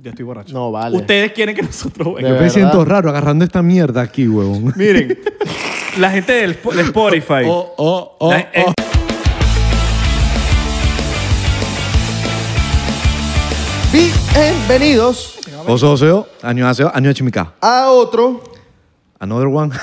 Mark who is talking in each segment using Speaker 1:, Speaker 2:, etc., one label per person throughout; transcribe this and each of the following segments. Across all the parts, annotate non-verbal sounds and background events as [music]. Speaker 1: Ya estoy borracho.
Speaker 2: No, vale.
Speaker 1: Ustedes quieren que nosotros
Speaker 2: De
Speaker 1: vengan.
Speaker 3: Yo me
Speaker 2: verdad.
Speaker 3: siento raro agarrando esta mierda
Speaker 2: [laughs]
Speaker 3: aquí, huevón.
Speaker 1: Miren, la gente del, Sp- de Spotify.
Speaker 3: Oh, oh, oh,
Speaker 1: La- eh,
Speaker 3: oh.
Speaker 2: Bienvenidos
Speaker 3: Oso, oseo, año aseo, año chimica.
Speaker 2: a otro
Speaker 3: Another one.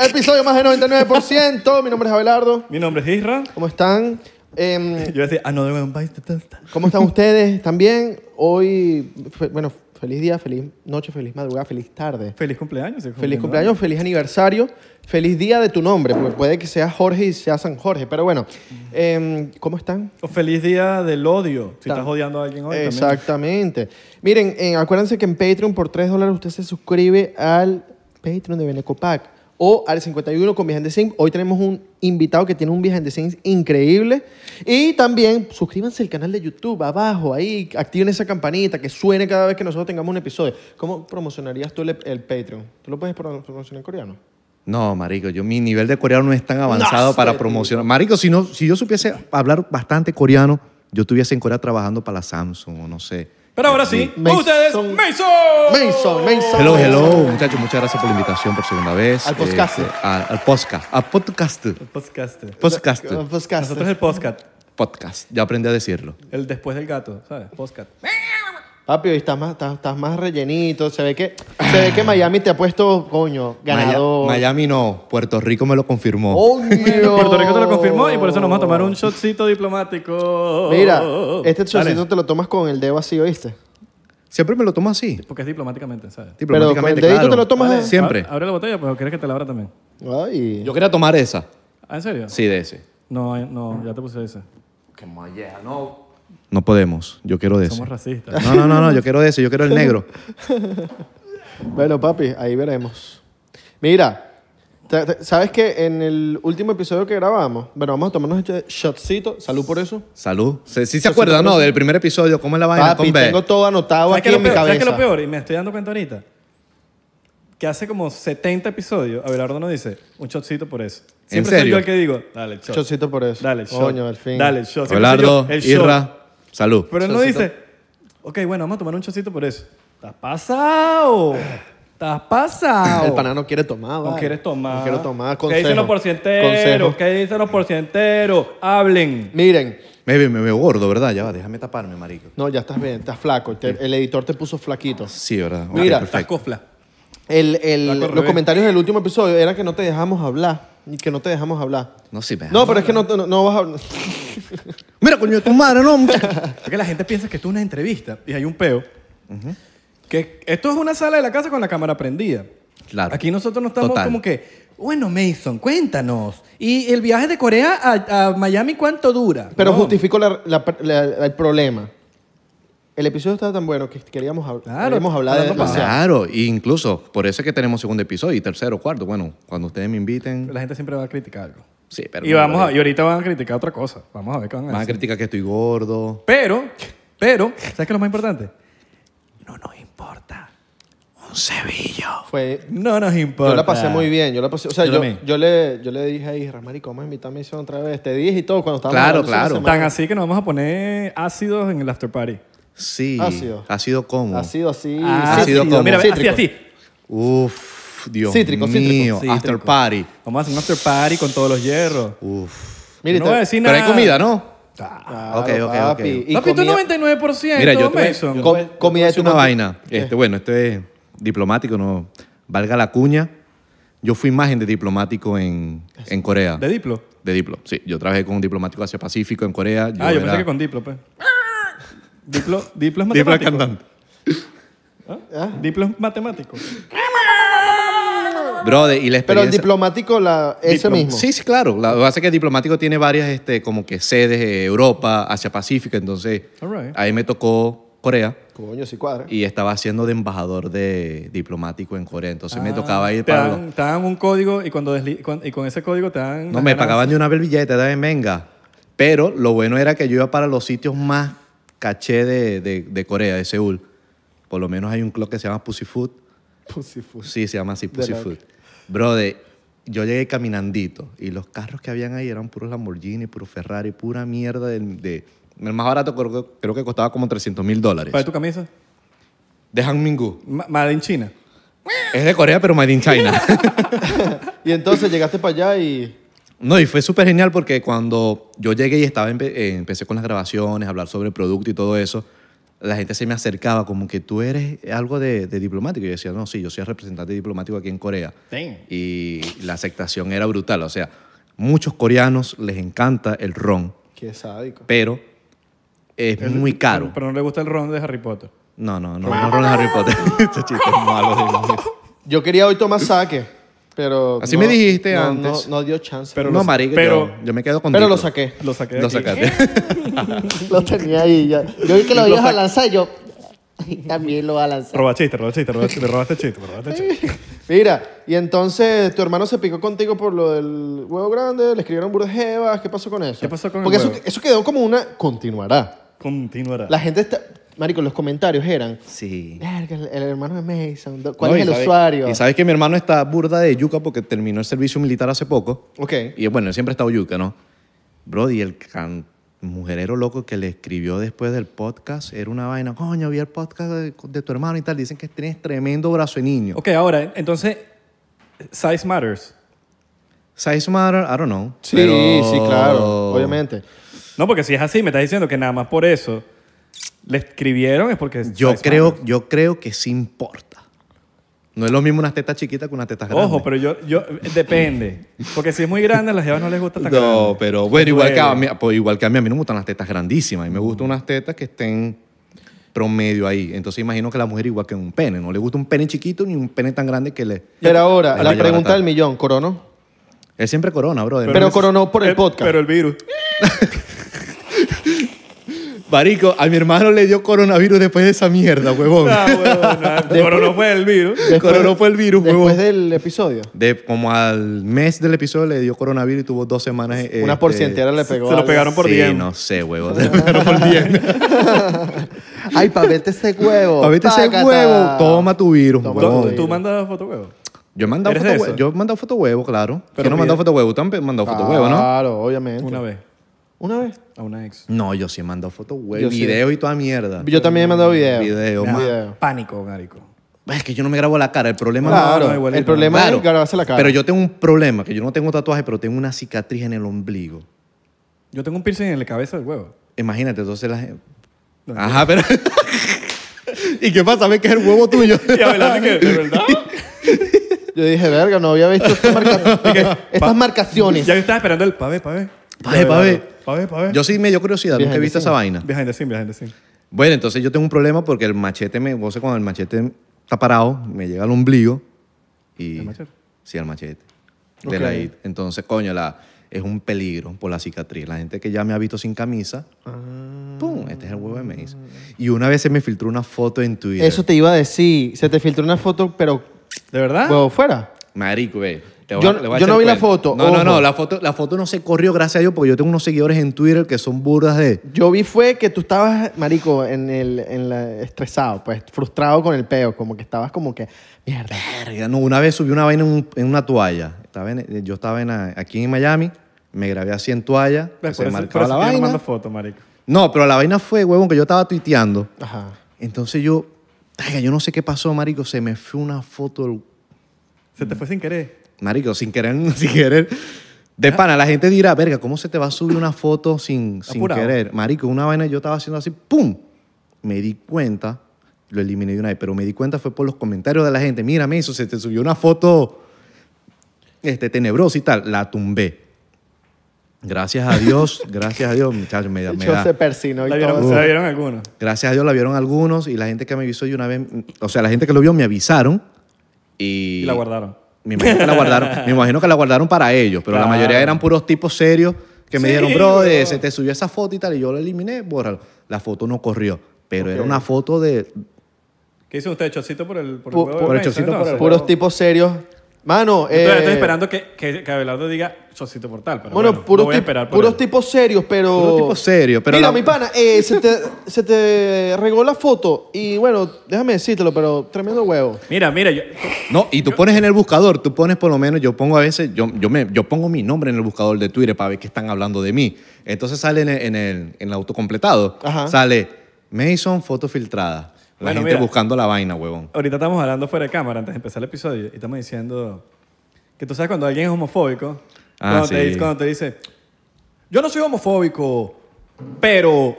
Speaker 2: episodio más de 99%. Mi nombre es Abelardo.
Speaker 1: Mi nombre es Isra.
Speaker 2: ¿Cómo están? Em,
Speaker 1: Yo decía, ah, no, de país de testa.
Speaker 2: ¿Cómo están ustedes también? Hoy, fe- bueno, feliz día, feliz noche, feliz madrugada, feliz tarde.
Speaker 1: Feliz cumpleaños. se cumple,
Speaker 2: Feliz
Speaker 1: ¿no?
Speaker 2: cumpleaños, feliz aniversario, feliz día de tu nombre, porque puede que sea Jorge y sea San Jorge, pero bueno, em, ¿cómo están?
Speaker 1: O feliz día del odio. Si
Speaker 2: Tan-
Speaker 1: estás odiando a alguien hoy. también.
Speaker 2: Exactamente. Miren, eh, acuérdense que en Patreon por 3 dólares usted se suscribe al Patreon de Benecopac o al 51 con Behind the Scenes. Hoy tenemos un invitado que tiene un Behind the Scenes increíble. Y también suscríbanse al canal de YouTube abajo, ahí activen esa campanita que suene cada vez que nosotros tengamos un episodio. ¿Cómo promocionarías tú el, el Patreon? ¿Tú lo puedes pro- promocionar en coreano?
Speaker 3: No, marico, yo mi nivel de coreano no es tan avanzado
Speaker 2: No,
Speaker 3: para
Speaker 2: sí,
Speaker 3: promocionar. Marico, si, no, si yo supiese hablar bastante coreano, yo estuviese en Corea trabajando para la Samsung o no sé.
Speaker 1: Pero ahora sí,
Speaker 2: Mason.
Speaker 1: ustedes, Mason.
Speaker 2: Mason, Mason.
Speaker 3: Hello, hello, muchachos, muchas gracias por la invitación por segunda vez.
Speaker 2: Al podcast.
Speaker 3: Este, a- al podcast. Al podcast.
Speaker 1: El podcast.
Speaker 3: Podcast.
Speaker 2: Podcast.
Speaker 1: Nosotros el podcast.
Speaker 3: Podcast. Ya aprendí a decirlo.
Speaker 1: El después del gato, ¿sabes? Podcast.
Speaker 2: Papi, hoy estás más, estás, estás más rellenito. Se ve, que, se ve que Miami te ha puesto, coño, ganador. Oh.
Speaker 3: Maya- Miami no, Puerto Rico me lo confirmó.
Speaker 2: Coño.
Speaker 1: Oh, Puerto Rico te lo confirmó y por eso nos vamos a tomar un shotcito diplomático.
Speaker 2: Mira, este
Speaker 1: Dale,
Speaker 2: chocito te lo tomas con el dedo así, ¿oíste?
Speaker 3: Siempre me lo tomo así.
Speaker 1: Porque es diplomáticamente, ¿sabes?
Speaker 3: Diplomáticamente,
Speaker 2: con el dedito
Speaker 3: claro.
Speaker 2: te lo tomas así.
Speaker 3: Siempre.
Speaker 1: Ab- Abre la botella, pero ¿quieres que te la abra también?
Speaker 2: Ay.
Speaker 3: Yo quería tomar esa.
Speaker 1: ¿Ah, en serio?
Speaker 3: Sí, de ese.
Speaker 1: No, eh, no, ya te puse ese.
Speaker 3: No podemos. Yo quiero de ese.
Speaker 1: Somos
Speaker 2: Ah,
Speaker 1: racistas.
Speaker 3: No, no, no, no, yo quiero de ese, yo
Speaker 1: [laughs]
Speaker 3: quiero el negro.
Speaker 2: Bueno, papi, ahí veremos. Mira, te- te- ¿sabes que en el último episodio que grabamos, bueno, vamos a tomarnos este shotcito. Salud por eso.
Speaker 3: Salud. ¿Sí, sí se acuerda, no? Del primer episodio, ¿cómo es la vaina?
Speaker 2: Papi,
Speaker 3: Con B.
Speaker 2: tengo todo anotado
Speaker 1: ¿Sabes
Speaker 2: aquí
Speaker 1: qué es
Speaker 2: en
Speaker 1: lo peor?
Speaker 2: mi
Speaker 1: ¿Sabes qué es
Speaker 2: cabeza.
Speaker 1: lo peor? Y me estoy dando cuenta ahorita. Que hace como 70 episodios, Abelardo nos dice, un shotcito por eso.
Speaker 3: ¿En
Speaker 1: Siempre soy
Speaker 3: serio?
Speaker 1: yo el que digo, dale, shot.
Speaker 2: Shotcito por eso.
Speaker 1: Dale, shot.
Speaker 2: Coño, al fin.
Speaker 1: Dale, shot. Siempre soy yo,
Speaker 3: Abelardo,
Speaker 1: el shot.
Speaker 3: Irra, salud.
Speaker 1: Pero él no
Speaker 2: Shotcito.
Speaker 1: dice, ok, bueno, vamos a tomar un shotcito por eso. Estás pasado. Estás pasado.
Speaker 2: El pana no quiere tomar,
Speaker 1: No
Speaker 2: vale.
Speaker 1: quieres tomar.
Speaker 2: No quiero tomar.
Speaker 1: ¿Qué dicen los
Speaker 2: Consejo.
Speaker 1: porcienteros?
Speaker 2: Consejo.
Speaker 1: ¿Qué dicen los porcienteros? Hablen.
Speaker 2: Miren,
Speaker 3: Me, veo- me veo gordo, ¿verdad? Ya va, déjame taparme, marico.
Speaker 2: no, ya estás bien, estás flaco. Te- el editor te puso flaquito.
Speaker 3: Sí, ¿verdad? Ok,
Speaker 2: Mira,
Speaker 1: Estás
Speaker 3: perfecto.
Speaker 1: cofla.
Speaker 2: El, el-
Speaker 1: Flaco al
Speaker 2: los
Speaker 1: revés.
Speaker 2: comentarios del último episodio eran que no te dejamos hablar. Y que no te dejamos hablar.
Speaker 3: No, sí, me-
Speaker 2: No, pero es que no, no, no vas a hablar.
Speaker 3: Mira, coño, tu madre,
Speaker 2: [laughs]
Speaker 3: no, muchacho.
Speaker 1: Porque la gente piensa que esto es una entrevista y hay un peo. Que esto es una sala de la casa con la cámara prendida.
Speaker 3: Claro.
Speaker 1: Aquí nosotros no estamos
Speaker 3: Total.
Speaker 1: como que, bueno, Mason, cuéntanos. ¿Y el viaje de Corea a, a Miami cuánto dura?
Speaker 2: Pero
Speaker 1: No.
Speaker 2: justifico la- la- la- el problema. El episodio estaba tan bueno que queríamos, hab-
Speaker 1: Claro,
Speaker 2: queríamos hablar de
Speaker 1: hablando
Speaker 2: o sea,
Speaker 3: Claro, e incluso por eso es que tenemos segundo episodio y tercero, cuarto. Bueno, cuando ustedes me inviten.
Speaker 1: La gente siempre va a criticar algo.
Speaker 3: Sí, pero.
Speaker 1: Y, vamos a- y ahorita van a criticar otra cosa. Vamos a ver qué van a
Speaker 3: Van a
Speaker 1: decir.
Speaker 3: criticar que estoy gordo.
Speaker 1: Pero, pero, ¿sabes qué es lo más importante? No nos importa. Un cebillo.
Speaker 2: fue,
Speaker 1: No nos importa.
Speaker 2: yo la pasé muy bien. Yo la pasé, o sea,
Speaker 1: Yo
Speaker 2: yo,
Speaker 1: también.
Speaker 2: yo le, yo le dije a Isra, marico, vamos a invitar a Mason otra vez. Te dije y todo cuando estábamos
Speaker 3: Claro,
Speaker 2: hablando hace
Speaker 3: claro.
Speaker 2: una
Speaker 1: Tan
Speaker 2: semana.
Speaker 1: así que nos vamos a poner ácidos en el after party.
Speaker 3: Sí.
Speaker 2: Ácido.
Speaker 3: Ha sido como.
Speaker 2: Ha sido así.
Speaker 3: ha sido Ah, como-
Speaker 1: Mira, ve, así,
Speaker 2: Cítrico.
Speaker 1: así.
Speaker 3: Uf, Dios
Speaker 2: Cítrico, cítrico,
Speaker 3: mío.
Speaker 1: cítrico.
Speaker 3: After party.
Speaker 1: Vamos a hacer un after party con todos los hierros.
Speaker 3: Uf.
Speaker 2: Mira,
Speaker 1: no
Speaker 2: te-
Speaker 1: voy a decir
Speaker 3: Pero
Speaker 1: nada.
Speaker 3: hay comida, ¿no?
Speaker 2: Claro,
Speaker 3: Ok, ok, ok.
Speaker 2: papi. Y
Speaker 1: Papi, tú
Speaker 2: comida-
Speaker 1: 99%,
Speaker 3: Mira, yo te voy-
Speaker 1: Mason.
Speaker 3: yo
Speaker 2: Com- comida de
Speaker 3: Es
Speaker 2: tu
Speaker 3: una
Speaker 2: mamá.
Speaker 3: vaina. Este, bueno, esto es diplomático, no valga la cuña. Yo fui imagen de diplomático en, en Corea.
Speaker 1: ¿De Diplo?
Speaker 3: De Diplo, sí. Yo trabajé con un diplomático hacia Pacífico en Corea.
Speaker 1: ah, yo
Speaker 3: era-
Speaker 1: pensé que con Diplo,
Speaker 3: [laughs]
Speaker 1: pues. Diplo, Diplo es
Speaker 3: Diplo es
Speaker 1: matemático.
Speaker 3: cantante.
Speaker 2: ¿Ah?
Speaker 1: Diplo es matemático.
Speaker 3: Brother, y la
Speaker 2: Pero el
Speaker 3: experiencia...
Speaker 2: diplomático, la, eso
Speaker 1: Diplom-
Speaker 2: mismo.
Speaker 3: Sí, sí, claro. La- Lo que pasa es que el diplomático tiene varias este, como que sedes, eh, Europa, Asia Pacífica. Entonces,
Speaker 1: All right.
Speaker 3: ahí me tocó Corea
Speaker 2: Coño, sí cuadra. [laughs]
Speaker 3: y estaba haciendo de embajador de diplomático en Corea. Entonces me
Speaker 1: Ah,
Speaker 3: tocaba ir
Speaker 1: te
Speaker 3: para...
Speaker 1: dan,
Speaker 3: los-
Speaker 1: te dan un código y, cuando desli- cuan- y con ese código te dan...
Speaker 3: No,
Speaker 1: las
Speaker 3: me
Speaker 1: ganas.
Speaker 3: pagaban de una vez el billete, también venga. Pero lo bueno era que yo iba para los sitios más caché de, de- de Corea, de Seúl. Por lo menos hay un club que se llama Pussy Food.
Speaker 2: Pussy food.
Speaker 3: Sí, se llama así,
Speaker 2: De
Speaker 3: Pussy
Speaker 2: la-
Speaker 3: Food. Brother, yo llegué caminandito y los carros que habían ahí eran puros Lamborghini, puros Ferrari, pura mierda del- de... el más barato creo, que- creo que costaba como 300 mil dólares.
Speaker 1: ¿Para tu camisa?
Speaker 3: de Hangmingu.
Speaker 1: Ma- Made in China.
Speaker 3: Es de Corea, pero made
Speaker 1: [laughs]
Speaker 3: in China.
Speaker 2: Y entonces llegaste para allá y...
Speaker 3: No, y fue súper genial porque cuando yo llegué y estaba empe- eh, empecé con las grabaciones, a hablar sobre el producto y todo eso, la gente se me acercaba como que tú eres algo de, de diplomático. Y yo decía, no, sí, yo soy representante diplomático aquí en Corea.
Speaker 1: Damn.
Speaker 3: Y la aceptación era brutal. O sea, muchos coreanos les encanta el ron,
Speaker 2: Qué sádico.
Speaker 3: pero es muy caro.
Speaker 1: Pero no le gusta el ron de Harry Potter.
Speaker 3: No, no, no, no ron de Harry Potter. [laughs] Este chiste es malo. de verdad.
Speaker 2: Yo quería hoy tomar saque, pero...
Speaker 3: Así me dijiste
Speaker 2: no-
Speaker 3: antes.
Speaker 2: No, no dio chance.
Speaker 1: [laughs] Pero
Speaker 3: no,
Speaker 1: lo-
Speaker 3: marico,
Speaker 1: pero-
Speaker 3: yo, yo me quedo con
Speaker 2: Pero lo
Speaker 3: Diplo.
Speaker 2: saqué.
Speaker 1: Lo saqué de
Speaker 3: Lo
Speaker 1: aquí.
Speaker 3: sacaste.
Speaker 2: [laughs]
Speaker 1: [laughs]
Speaker 2: Lo tenía ahí ya.
Speaker 4: Yo vi que lo
Speaker 1: Lo
Speaker 4: ibas a
Speaker 1: sac-
Speaker 4: lanzar y
Speaker 2: [laughs]
Speaker 4: yo también lo voy a lanzar.
Speaker 1: Roba chiste, roba chiste, roba chiste, le robaste chiste, le robaste chiste.
Speaker 3: [laughs]
Speaker 2: Mira, y entonces tu hermano se picó contigo por lo del huevo grande, le escribieron burjevas, ¿qué pasó con eso?
Speaker 1: ¿Qué pasó con el
Speaker 2: Porque eso,
Speaker 1: huevo?
Speaker 2: eso quedó como una... Continuará.
Speaker 1: Continuará.
Speaker 2: La gente está... Marico, los comentarios eran...
Speaker 3: Sí.
Speaker 2: Verga, el, el hermano de Mason, do- ¿cuál
Speaker 3: No,
Speaker 2: es
Speaker 3: y
Speaker 2: el
Speaker 3: sabe-
Speaker 2: usuario?
Speaker 3: Y sabes que mi hermano está burda de yuca porque terminó el servicio militar hace poco.
Speaker 2: Ok.
Speaker 3: Y bueno, él siempre ha estado yuca, ¿no? Brody, el can- mujerero loco que le escribió después del podcast era una vaina. Coño, vi el podcast de, de tu hermano y tal. Dicen que tienes tremendo brazo de niño.
Speaker 1: Ok, ahora, entonces, size matters.
Speaker 3: Size matter, I don't know.
Speaker 2: Sí,
Speaker 3: pero-
Speaker 2: sí, claro, obviamente.
Speaker 1: No, porque si es así, me estás diciendo que nada más por eso le escribieron es porque...
Speaker 3: Yo
Speaker 1: size
Speaker 3: creo,
Speaker 1: matters.
Speaker 3: yo creo que sí importa. No es lo mismo unas tetas chiquitas que unas tetas grandes.
Speaker 1: Ojo, pero yo, yo... Depende. Porque si es muy grande, a las jevas no les gusta tan grande.
Speaker 3: No, pero bueno, igual que, a
Speaker 1: Duele.
Speaker 3: mí, pues, igual que a mí, a mí no me gustan las tetas grandísimas. A mí me gustan unas tetas que estén promedio ahí. Entonces imagino que la mujer igual que un pene. No le gusta un pene chiquito ni un pene tan grande que le...
Speaker 2: Pero ahora,
Speaker 3: le
Speaker 2: la
Speaker 3: lleva
Speaker 2: pregunta del
Speaker 3: tapa.
Speaker 2: millón, ¿coronó?
Speaker 3: Él siempre corona, bro.
Speaker 2: Pero, coronó por el, podcast.
Speaker 1: Pero el
Speaker 3: [laughs]
Speaker 1: virus.
Speaker 3: Marico, a mi hermano le dio coronavirus después de esa
Speaker 1: [laughs]
Speaker 3: mierda, huevón.
Speaker 1: Ah, huevón, no, Pero no fue el virus.
Speaker 3: coronó fue el virus,
Speaker 2: Después
Speaker 3: huevón.
Speaker 2: del episodio,
Speaker 3: De, como al mes del episodio le dio coronavirus y tuvo dos semanas...
Speaker 2: una
Speaker 3: este,
Speaker 2: porcientera le pegó.
Speaker 1: se lo
Speaker 2: al-
Speaker 1: pegaron por
Speaker 3: sí,
Speaker 1: 10.
Speaker 3: no sé, huevón. Se lo pegaron por 10.
Speaker 2: Ay, pa' verte ese huevo.
Speaker 3: Pa' verte ese
Speaker 2: Pácata.
Speaker 3: huevo, toma tu virus,
Speaker 2: Toma
Speaker 3: huevón.
Speaker 1: ¿Tú, tú mandas foto, huevo.
Speaker 3: Yo he mandado
Speaker 1: ¿Eres
Speaker 3: foto
Speaker 1: de
Speaker 3: huevo,
Speaker 1: esos?
Speaker 3: yo he mandado foto huevo, claro.
Speaker 1: Pero
Speaker 3: yo no he
Speaker 1: pide-
Speaker 3: mandado foto huevo, tú has mandado foto huevo, ¿no?
Speaker 2: Claro, obviamente.
Speaker 1: Una vez.
Speaker 2: Una vez.
Speaker 1: A una ex.
Speaker 3: No, yo sí he mandado foto huevo,
Speaker 2: Yo sí.
Speaker 3: video y toda mierda.
Speaker 2: Yo también he mandado video.
Speaker 3: Video,
Speaker 2: Nah.
Speaker 3: ma.
Speaker 2: Video.
Speaker 1: Pánico, marico.
Speaker 3: Es que yo no me grabo la cara, el problema
Speaker 1: Claro,
Speaker 2: Claro,
Speaker 1: no, igualito.
Speaker 2: el problema
Speaker 3: Claro,
Speaker 2: es grabarse la cara.
Speaker 3: Pero yo tengo un problema, que yo no tengo tatuaje, pero tengo una cicatriz en el ombligo.
Speaker 1: Yo tengo un piercing en la cabeza del
Speaker 3: [laughs]
Speaker 1: huevo.
Speaker 3: Imagínate, entonces la gente- Ajá, pero... [laughs] ¿Y qué pasa? ¿Ves que es el huevo
Speaker 2: [laughs]
Speaker 3: tuyo?
Speaker 1: Y Abelardo, ¿qué? ¿De verdad?
Speaker 2: Yo dije, verga, no había visto este estas,
Speaker 3: [laughs]
Speaker 2: marca-
Speaker 1: Pa-
Speaker 2: [laughs] estas marcaciones.
Speaker 1: Ya yo estaba esperando el pa' ver, pa' ver.
Speaker 3: Pa' ver, pa' ver.
Speaker 1: Pa' ver, pa' ver.
Speaker 3: yo sí me dio curiosidad, nunca he
Speaker 2: Behind the
Speaker 3: visto esa
Speaker 2: scene.
Speaker 3: vaina.
Speaker 1: Behind the scene, behind the scene.
Speaker 3: Bueno, entonces yo tengo un problema porque el machete me... Vos sé, cuando el machete está parado, me llega al ombligo y...
Speaker 1: ¿El machete?
Speaker 3: Sí, el machete.
Speaker 2: Ok.
Speaker 3: De la id. Entonces, coño, la, es un peligro por la cicatriz. La gente que ya me ha visto sin camisa,
Speaker 2: Ah.
Speaker 3: ¡pum! Este es el huevo de Mace. Y una vez se me filtró una foto en Twitter.
Speaker 2: Eso te iba a decir. Se te filtró una foto, pero
Speaker 1: ¿De
Speaker 3: Ah.
Speaker 1: verdad?
Speaker 2: huevo fuera.
Speaker 3: Marico, ve. te
Speaker 2: Yo-
Speaker 3: le a
Speaker 2: yo no
Speaker 3: echar
Speaker 2: vi la
Speaker 3: cuento.
Speaker 2: foto,
Speaker 3: No, no,
Speaker 2: ojo.
Speaker 3: no. La foto, la foto no se corrió, gracias a Dios, porque yo tengo unos seguidores en Twitter que son burdas de...
Speaker 2: Yo vi fue que tú estabas, marico, en el, en la, estresado, pues, frustrado con el peo, como que estabas como que, mierda.
Speaker 3: Verga, no, una vez subí una vaina en, un- en una toalla. Estaba en- eh, yo estaba en, ah, aquí en Miami, me grabé así en toalla,
Speaker 1: Pues Por eso-
Speaker 3: se
Speaker 1: por
Speaker 3: marcaba
Speaker 1: eso
Speaker 3: la
Speaker 1: que yo no mando
Speaker 3: vaina.
Speaker 1: foto, marico.
Speaker 3: No, pero la vaina fue, huevón, que yo estaba tuiteando.
Speaker 2: Ajá.
Speaker 3: Entonces yo, "Taiga, yo no sé qué pasó, marico, se me fue una foto, del-
Speaker 1: Se te fue sin querer.
Speaker 3: marico, sin querer, [laughs] sin querer. De
Speaker 1: Ah.
Speaker 3: pana, la gente dirá, verga, ¿cómo se te va a subir una foto sin, sin
Speaker 1: Apurado.
Speaker 3: querer? Marico, una vaina yo estaba haciendo así, ¡pum! Me di cuenta, lo eliminé de una vez, pero me di cuenta fue por los comentarios de la gente. Mira, me hizo, se te subió una foto este, tenebrosa y tal. La tumbé. Gracias a Dios, [laughs] gracias a Dios, muchachos, me, da- me
Speaker 2: Yo
Speaker 3: da.
Speaker 2: se persinó y
Speaker 1: ¿La
Speaker 2: todo.
Speaker 1: vieron, se la vieron algunos.
Speaker 3: Gracias a Dios la vieron algunos y la gente que me avisó y una vez, o sea, la gente que lo vio me avisaron y...
Speaker 1: Y la guardaron.
Speaker 3: Me imagino que la
Speaker 1: [laughs]
Speaker 3: guardaron, me imagino que la guardaron para ellos, pero la
Speaker 1: Claro.
Speaker 3: mayoría eran puros tipos serios que me
Speaker 1: Sí,
Speaker 3: dijeron, bro,
Speaker 1: bro.
Speaker 3: se te subió esa foto y tal, y yo la eliminé, bórralo. La foto no corrió, pero era
Speaker 2: Ok.
Speaker 3: una foto de...
Speaker 1: ¿Qué hizo usted? ¿Chocito por el por el
Speaker 2: Pu-
Speaker 1: huevo?
Speaker 3: por
Speaker 1: de
Speaker 3: el
Speaker 1: Mason,
Speaker 3: chocito por el
Speaker 1: entonces?
Speaker 3: huevo.
Speaker 2: Puros tipos serios. Mano,
Speaker 1: Yo todavía
Speaker 2: eh,
Speaker 1: estoy esperando que, que, que Abelardo diga chocito por tal, pero
Speaker 2: Bueno,
Speaker 1: bueno,
Speaker 2: puros,
Speaker 1: no voy a
Speaker 2: tip-
Speaker 1: esperar por
Speaker 2: puros
Speaker 1: él.
Speaker 2: tipos serios, pero...
Speaker 3: Puros tipos serios, pero
Speaker 2: Mira,
Speaker 3: la-
Speaker 2: mi pana,
Speaker 3: [laughs]
Speaker 2: eh, se, te, se te regó la foto y, bueno, déjame decírtelo, pero tremendo huevo.
Speaker 1: Mira, mira, yo,
Speaker 3: No, y tú pones en el buscador, tú pones por lo menos, yo pongo a veces, yo, yo, me, yo pongo mi nombre en el buscador de Twitter para ver qué están hablando de mí. Entonces sale en el, en el, en el autocompletado,
Speaker 2: Ajá.
Speaker 3: sale Mason, foto filtrada. La
Speaker 1: Bueno,
Speaker 3: gente
Speaker 1: mira.
Speaker 3: buscando la vaina, huevón.
Speaker 1: Ahorita estamos hablando fuera de cámara antes de empezar el episodio y estamos diciendo que tú sabes cuando alguien es homofóbico,
Speaker 3: Ah,
Speaker 1: cuando, te,
Speaker 3: sí.
Speaker 1: dice- cuando te dice, yo no soy homofóbico, pero...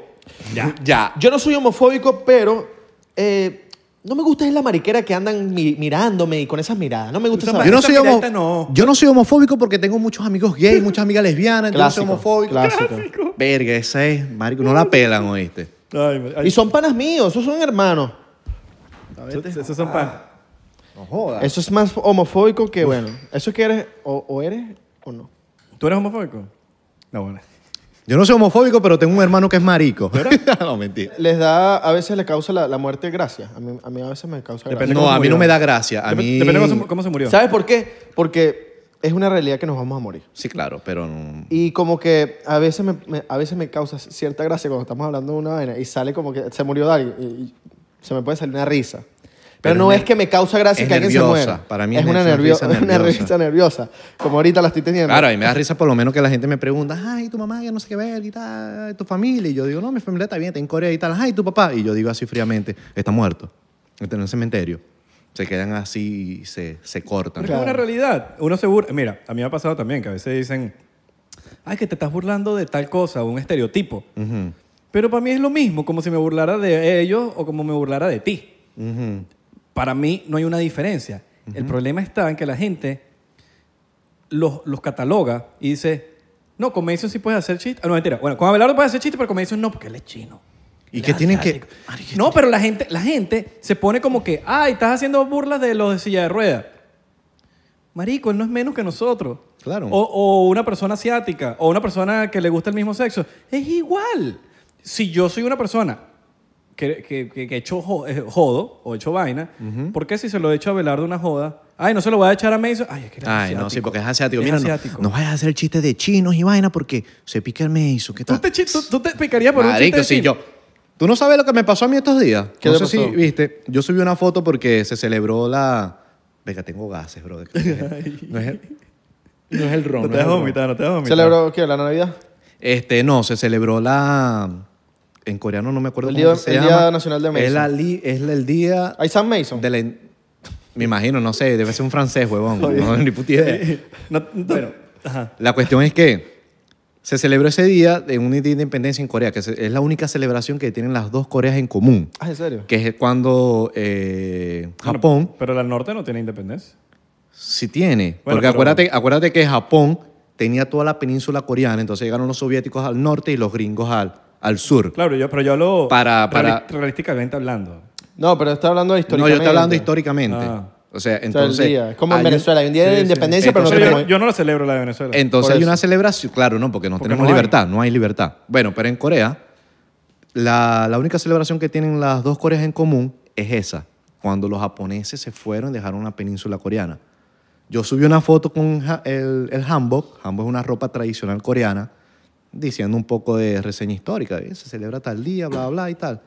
Speaker 1: Ya.
Speaker 3: Ya.
Speaker 2: Yo no soy homofóbico, pero eh, no me gusta es la mariquera que andan mi- mirándome y con esas miradas. No me gusta
Speaker 1: Esa
Speaker 2: esa
Speaker 1: ma-
Speaker 3: Yo no, soy
Speaker 1: Esa
Speaker 3: homo-
Speaker 1: mirada no.
Speaker 3: yo no soy homofóbico porque tengo muchos amigos gays, muchas amigas lesbianas, entonces soy
Speaker 2: Clásico,
Speaker 3: homofóbico.
Speaker 2: clásico.
Speaker 3: Verga, esa es, marico, no la pelan, ¿oíste?
Speaker 1: Ay, mar- ay,
Speaker 2: Y son panas míos, esos son hermanos.
Speaker 1: esos- esos son pan.
Speaker 3: Ah. No jodas.
Speaker 2: Eso es más homofóbico que, bueno, eso es que eres o, o eres o no.
Speaker 1: ¿Tú eres homofóbico? No, bueno.
Speaker 3: Yo no soy homofóbico, pero tengo un hermano que es marico. [laughs] no, mentira.
Speaker 2: Les da, a veces les causa la, la muerte gracia. A mí, a mí a veces me causa gracia.
Speaker 1: Depende
Speaker 3: No,
Speaker 1: cómo
Speaker 3: a mí
Speaker 1: murió.
Speaker 3: no me da gracia. A
Speaker 1: Dep-
Speaker 3: mí...
Speaker 1: Depende de cómo, se- cómo se murió.
Speaker 2: ¿Sabes por qué? Porque es una realidad que nos vamos a morir.
Speaker 3: Sí, claro, pero... no-
Speaker 2: Y como que a veces me, me- a veces me causa cierta gracia cuando estamos hablando de una vaina y sale como que se murió alguien y, y se me puede salir una risa. Pero,
Speaker 3: Pero
Speaker 2: no
Speaker 3: es
Speaker 2: es que me causa gracia
Speaker 3: es
Speaker 2: que alguien se
Speaker 3: nerviosa.
Speaker 2: muera.
Speaker 3: Para mí
Speaker 2: es
Speaker 3: es
Speaker 2: una,
Speaker 3: una
Speaker 2: nervio- [laughs]
Speaker 3: risa
Speaker 2: una
Speaker 3: nerviosa.
Speaker 2: risa nerviosa, como ahorita la estoy teniendo.
Speaker 3: Claro, a mí me da risa por lo menos que la gente me pregunta, ay, tu mamá, que no sé qué ver, y tal, tu familia. Y yo digo, no, mi familia está bien, está en Corea y tal. Ay, tu papá. Y yo digo así fríamente, está muerto. Está en un cementerio. Se quedan así y se, se cortan.
Speaker 1: Pero es que es una realidad. Uno se burla. Mira, a mí me ha pasado también que a veces dicen, ay, que te estás burlando de tal cosa, un estereotipo.
Speaker 3: Ujú.
Speaker 1: Pero para mí es lo mismo, como si me burlara de ellos o como me burlara de ti. Para mí no hay una diferencia. El problema está en que la gente los, los cataloga y dice, no, con Mason sí puedes hacer chiste. Ah, no, mentira. Bueno, con Abelardo puedes hacer chiste, pero con Mason no, porque él es chino.
Speaker 3: ¿Y
Speaker 1: Él
Speaker 3: qué
Speaker 1: es
Speaker 3: tienen que-
Speaker 1: asiático. No, pero la gente, la gente se pone como que, ay, estás haciendo burlas de los de silla de ruedas. Marico, él no es menos que nosotros.
Speaker 3: Claro.
Speaker 1: O, o una persona asiática, o una persona que le gusta el mismo sexo. Es igual. Si yo soy una persona que, que, que, que echo jo- eh, jodo o echo vaina, ¿por qué si se lo echo a Belardo una joda? Ay, no se lo voy a echar a Mason. Ay, es que él es
Speaker 3: Ay,
Speaker 1: asiático.
Speaker 3: no, sí, porque es asiático.
Speaker 1: Es
Speaker 3: Mira, no-
Speaker 1: asiático.
Speaker 3: No, vayas a hacer chistes de chinos y vaina porque se pica el meizo. ¿Qué
Speaker 1: ¿Tú,
Speaker 3: tal?
Speaker 1: te, chi- tú- tú te picarías por un chiste
Speaker 3: Marico,
Speaker 1: de
Speaker 3: sí,
Speaker 1: chino?
Speaker 3: yo. Tú no sabes lo que me pasó a mí estos días.
Speaker 2: ¿Qué
Speaker 3: no
Speaker 2: te
Speaker 3: sé si
Speaker 2: pasó?
Speaker 3: viste. Yo subí una foto porque se celebró la. Venga, tengo gases, bro.
Speaker 1: [laughs]
Speaker 3: No es el, no es el ron.
Speaker 1: No
Speaker 3: no
Speaker 1: te vas a
Speaker 3: es el ron.
Speaker 1: vomitar, no te vas a vomitar.
Speaker 2: ¿Celebró qué? ¿La Navidad?
Speaker 3: Este, no, se celebró la. En coreano no me acuerdo
Speaker 2: El
Speaker 3: cómo
Speaker 2: día-
Speaker 3: se
Speaker 2: el
Speaker 3: llama.
Speaker 2: Día Nacional de
Speaker 3: Es,
Speaker 2: Mason.
Speaker 3: la li- es la- el día.
Speaker 2: ¿Hay Sam Mason?
Speaker 3: de la in- Me imagino, no sé, debe ser un francés, huevón. No, ni puta
Speaker 1: [laughs]
Speaker 3: idea.
Speaker 1: No, no- Ajá.
Speaker 3: La cuestión es que se celebró ese día de una independencia en Corea, que se- es la única celebración que tienen las dos Coreas en común,
Speaker 2: Ah, ¿en serio?
Speaker 3: que es cuando eh,
Speaker 1: Bueno,
Speaker 3: Japón
Speaker 1: pero la norte no tiene independencia.
Speaker 3: sí tiene.
Speaker 1: Bueno,
Speaker 3: porque
Speaker 1: pero-
Speaker 3: acuérdate, acuérdate que Japón tenía toda la península coreana, entonces llegaron los soviéticos al norte y los gringos al, al sur.
Speaker 1: Claro, yo, pero yo hablo
Speaker 3: Para- para-
Speaker 1: reali- realísticamente hablando.
Speaker 2: No, pero está hablando
Speaker 3: No,
Speaker 2: históricamente.
Speaker 3: yo estoy hablando históricamente.
Speaker 1: Ah.
Speaker 3: O
Speaker 2: O sea,
Speaker 3: sea,
Speaker 2: el
Speaker 3: entonces...
Speaker 2: día. Es como en
Speaker 3: hay un-
Speaker 2: Venezuela. Hay un día
Speaker 1: Sí,
Speaker 2: de
Speaker 1: sí.
Speaker 2: independencia, pero no
Speaker 1: Entonces,
Speaker 2: tenemos...
Speaker 1: yo, yo no la celebro la de Venezuela.
Speaker 3: Entonces
Speaker 2: Por
Speaker 3: hay
Speaker 2: eso.
Speaker 3: una celebración, claro, no, porque no
Speaker 1: Porque
Speaker 3: tenemos
Speaker 1: no hay.
Speaker 3: libertad, no hay libertad. Bueno, pero en Corea, la, la única celebración que tienen las dos Coreas en común es esa, cuando los japoneses se fueron y dejaron la península coreana. Yo subí una foto con ja- el, el hanbok, hanbok es una ropa tradicional coreana, diciendo un poco de reseña histórica, ¿eh? se celebra tal día, bla, bla, y tal.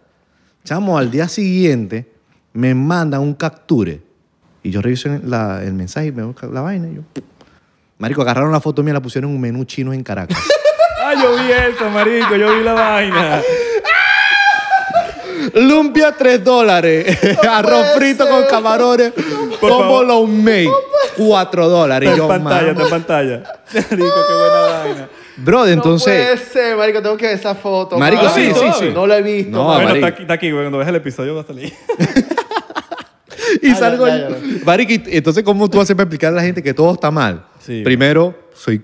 Speaker 3: Chamo, al día siguiente me mandan un capture y yo reviso la- el mensaje y me busca la vaina y yo... Marico, agarraron la foto mía y la pusieron en un menú chino en Caracas.
Speaker 1: Ah, yo vi eso, marico. Yo vi la vaina.
Speaker 3: Lumpia 3 dólares. [laughs] Arroz
Speaker 2: puede
Speaker 3: frito
Speaker 2: ser.
Speaker 3: con camarones. Combo
Speaker 1: favor.
Speaker 3: low make. 4 dólares.
Speaker 1: Está
Speaker 3: Y yo,
Speaker 1: en pantalla, está
Speaker 3: mano.
Speaker 1: en pantalla. [laughs] Marico, qué buena vaina.
Speaker 3: Brother,
Speaker 2: No puede
Speaker 3: entonces.
Speaker 2: ser, marico. Tengo que ver esa foto.
Speaker 3: Marico,
Speaker 1: sí,
Speaker 2: mano.
Speaker 1: sí, sí.
Speaker 2: No la he visto.
Speaker 3: No,
Speaker 2: mano.
Speaker 1: bueno,
Speaker 3: marico.
Speaker 1: está aquí, está aquí, güey. Cuando veas el episodio va a
Speaker 3: [laughs]
Speaker 1: salir.
Speaker 3: y
Speaker 2: Ah,
Speaker 3: salgo
Speaker 2: ya,
Speaker 3: yo.
Speaker 2: ya,
Speaker 3: Marico, y- entonces, ¿cómo tú haces para explicarle a la gente que todo está mal?
Speaker 1: Sí.
Speaker 3: Primero, soy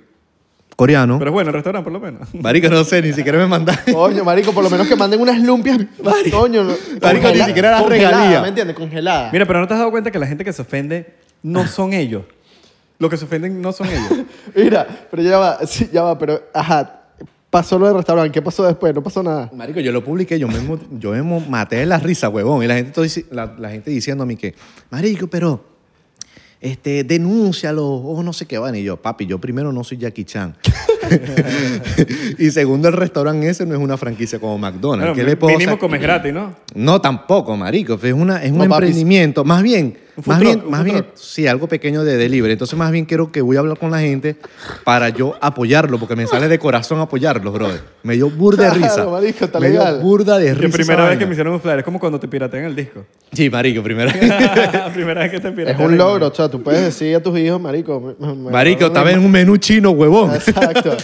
Speaker 3: coreano.
Speaker 1: Pero bueno, el restaurante por lo menos. [laughs]
Speaker 3: Marico, no sé, ni siquiera
Speaker 2: [laughs]
Speaker 3: me mandaron.
Speaker 2: Coño, marico, por lo menos que manden unas lumpias. Coño, no-
Speaker 3: Marico, ni siquiera las
Speaker 2: congelada,
Speaker 3: regalía.
Speaker 2: ¿Me entiendes? Congeladas.
Speaker 1: Mira, pero ¿no te has dado cuenta que la gente que se ofende no son ellos? Los que se ofenden no son
Speaker 3: [laughs]
Speaker 1: ellos.
Speaker 2: Mira, pero ya va, sí, ya va, pero ajá. Pasó lo del restaurante, ¿qué pasó después? No pasó nada.
Speaker 3: Marico, yo lo publiqué, yo mismo, yo mismo maté de la risa, huevón. Y la gente, todo dici- la, la gente diciendo a mí que, Marico, pero este, denúncialo o no sé qué van. Y yo, papi, yo primero no soy
Speaker 1: [laughs]
Speaker 3: Jackie Chan. [laughs] y segundo, el restaurante ese no es una franquicia como
Speaker 1: Bueno,
Speaker 3: McDonald's. ¿Qué le puedo
Speaker 1: mínimo
Speaker 3: sac-
Speaker 1: comes gratis, ¿no?
Speaker 3: No, tampoco, Marico. Es, una, es un
Speaker 2: No, papi.
Speaker 3: emprendimiento. Más bien,
Speaker 1: food
Speaker 3: Más
Speaker 1: truck,
Speaker 3: bien,
Speaker 1: un
Speaker 3: más
Speaker 1: food
Speaker 3: bien,
Speaker 1: truck.
Speaker 3: sí, algo pequeño de delivery. Entonces, más bien quiero que voy a hablar con la gente para yo apoyarlo, porque me sale de corazón apoyarlos, brother. Me dio burda de
Speaker 2: Claro,
Speaker 3: risa.
Speaker 2: marico, está
Speaker 3: me
Speaker 2: legal.
Speaker 3: dio burda de risa.
Speaker 1: Que
Speaker 3: esa
Speaker 1: primera vez que me
Speaker 3: vaina.
Speaker 1: hicieron un flyer es como cuando te piratean el disco.
Speaker 3: [laughs]
Speaker 1: [laughs]
Speaker 3: Sí, marico,
Speaker 2: [laughs]
Speaker 3: primera vez.
Speaker 1: primera vez que te
Speaker 2: Es
Speaker 1: piratean.
Speaker 2: un
Speaker 1: el
Speaker 2: logro, o sea, tú puedes decir a tus hijos, marico. me- me- me agarraron
Speaker 3: marico, estaba
Speaker 2: mi-
Speaker 3: en un menú chino, huevón.
Speaker 2: Exacto,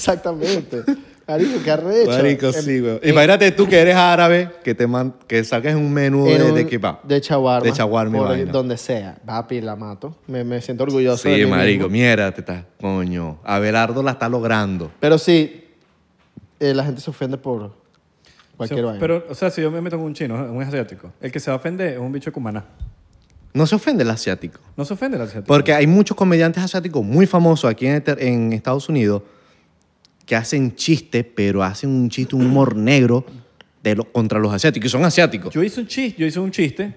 Speaker 2: exactamente. Marico, qué arrecho.
Speaker 3: Marico,
Speaker 2: En-
Speaker 3: sí, güey. Imagínate tú que eres árabe, que te man- que saques un menú
Speaker 2: en
Speaker 3: de,
Speaker 2: un-
Speaker 3: de kebab.
Speaker 2: De chaguarma.
Speaker 3: De chaguarma y
Speaker 2: por
Speaker 3: vaina.
Speaker 2: donde sea. Papi, la mato. Me, me siento orgulloso de
Speaker 3: Sí,
Speaker 2: mí
Speaker 3: marico,
Speaker 2: mismo.
Speaker 3: mierda, te estás, coño. Abelardo la está logrando.
Speaker 2: Pero sí, eh, la gente se ofende por
Speaker 1: O sea,
Speaker 2: cualquier vaina.
Speaker 1: Pero, o sea, si yo me meto con un chino, un asiático, el que se ofende es un bicho de cumaná.
Speaker 3: No se ofende el asiático.
Speaker 1: No se ofende el asiático.
Speaker 3: Porque hay muchos comediantes asiáticos muy famosos aquí en, este- en Estados Unidos que hacen chistes, pero hacen un chiste, un humor negro de lo- contra los asiáticos. Y son asiáticos.
Speaker 1: Yo hice un chiste, yo hice un chiste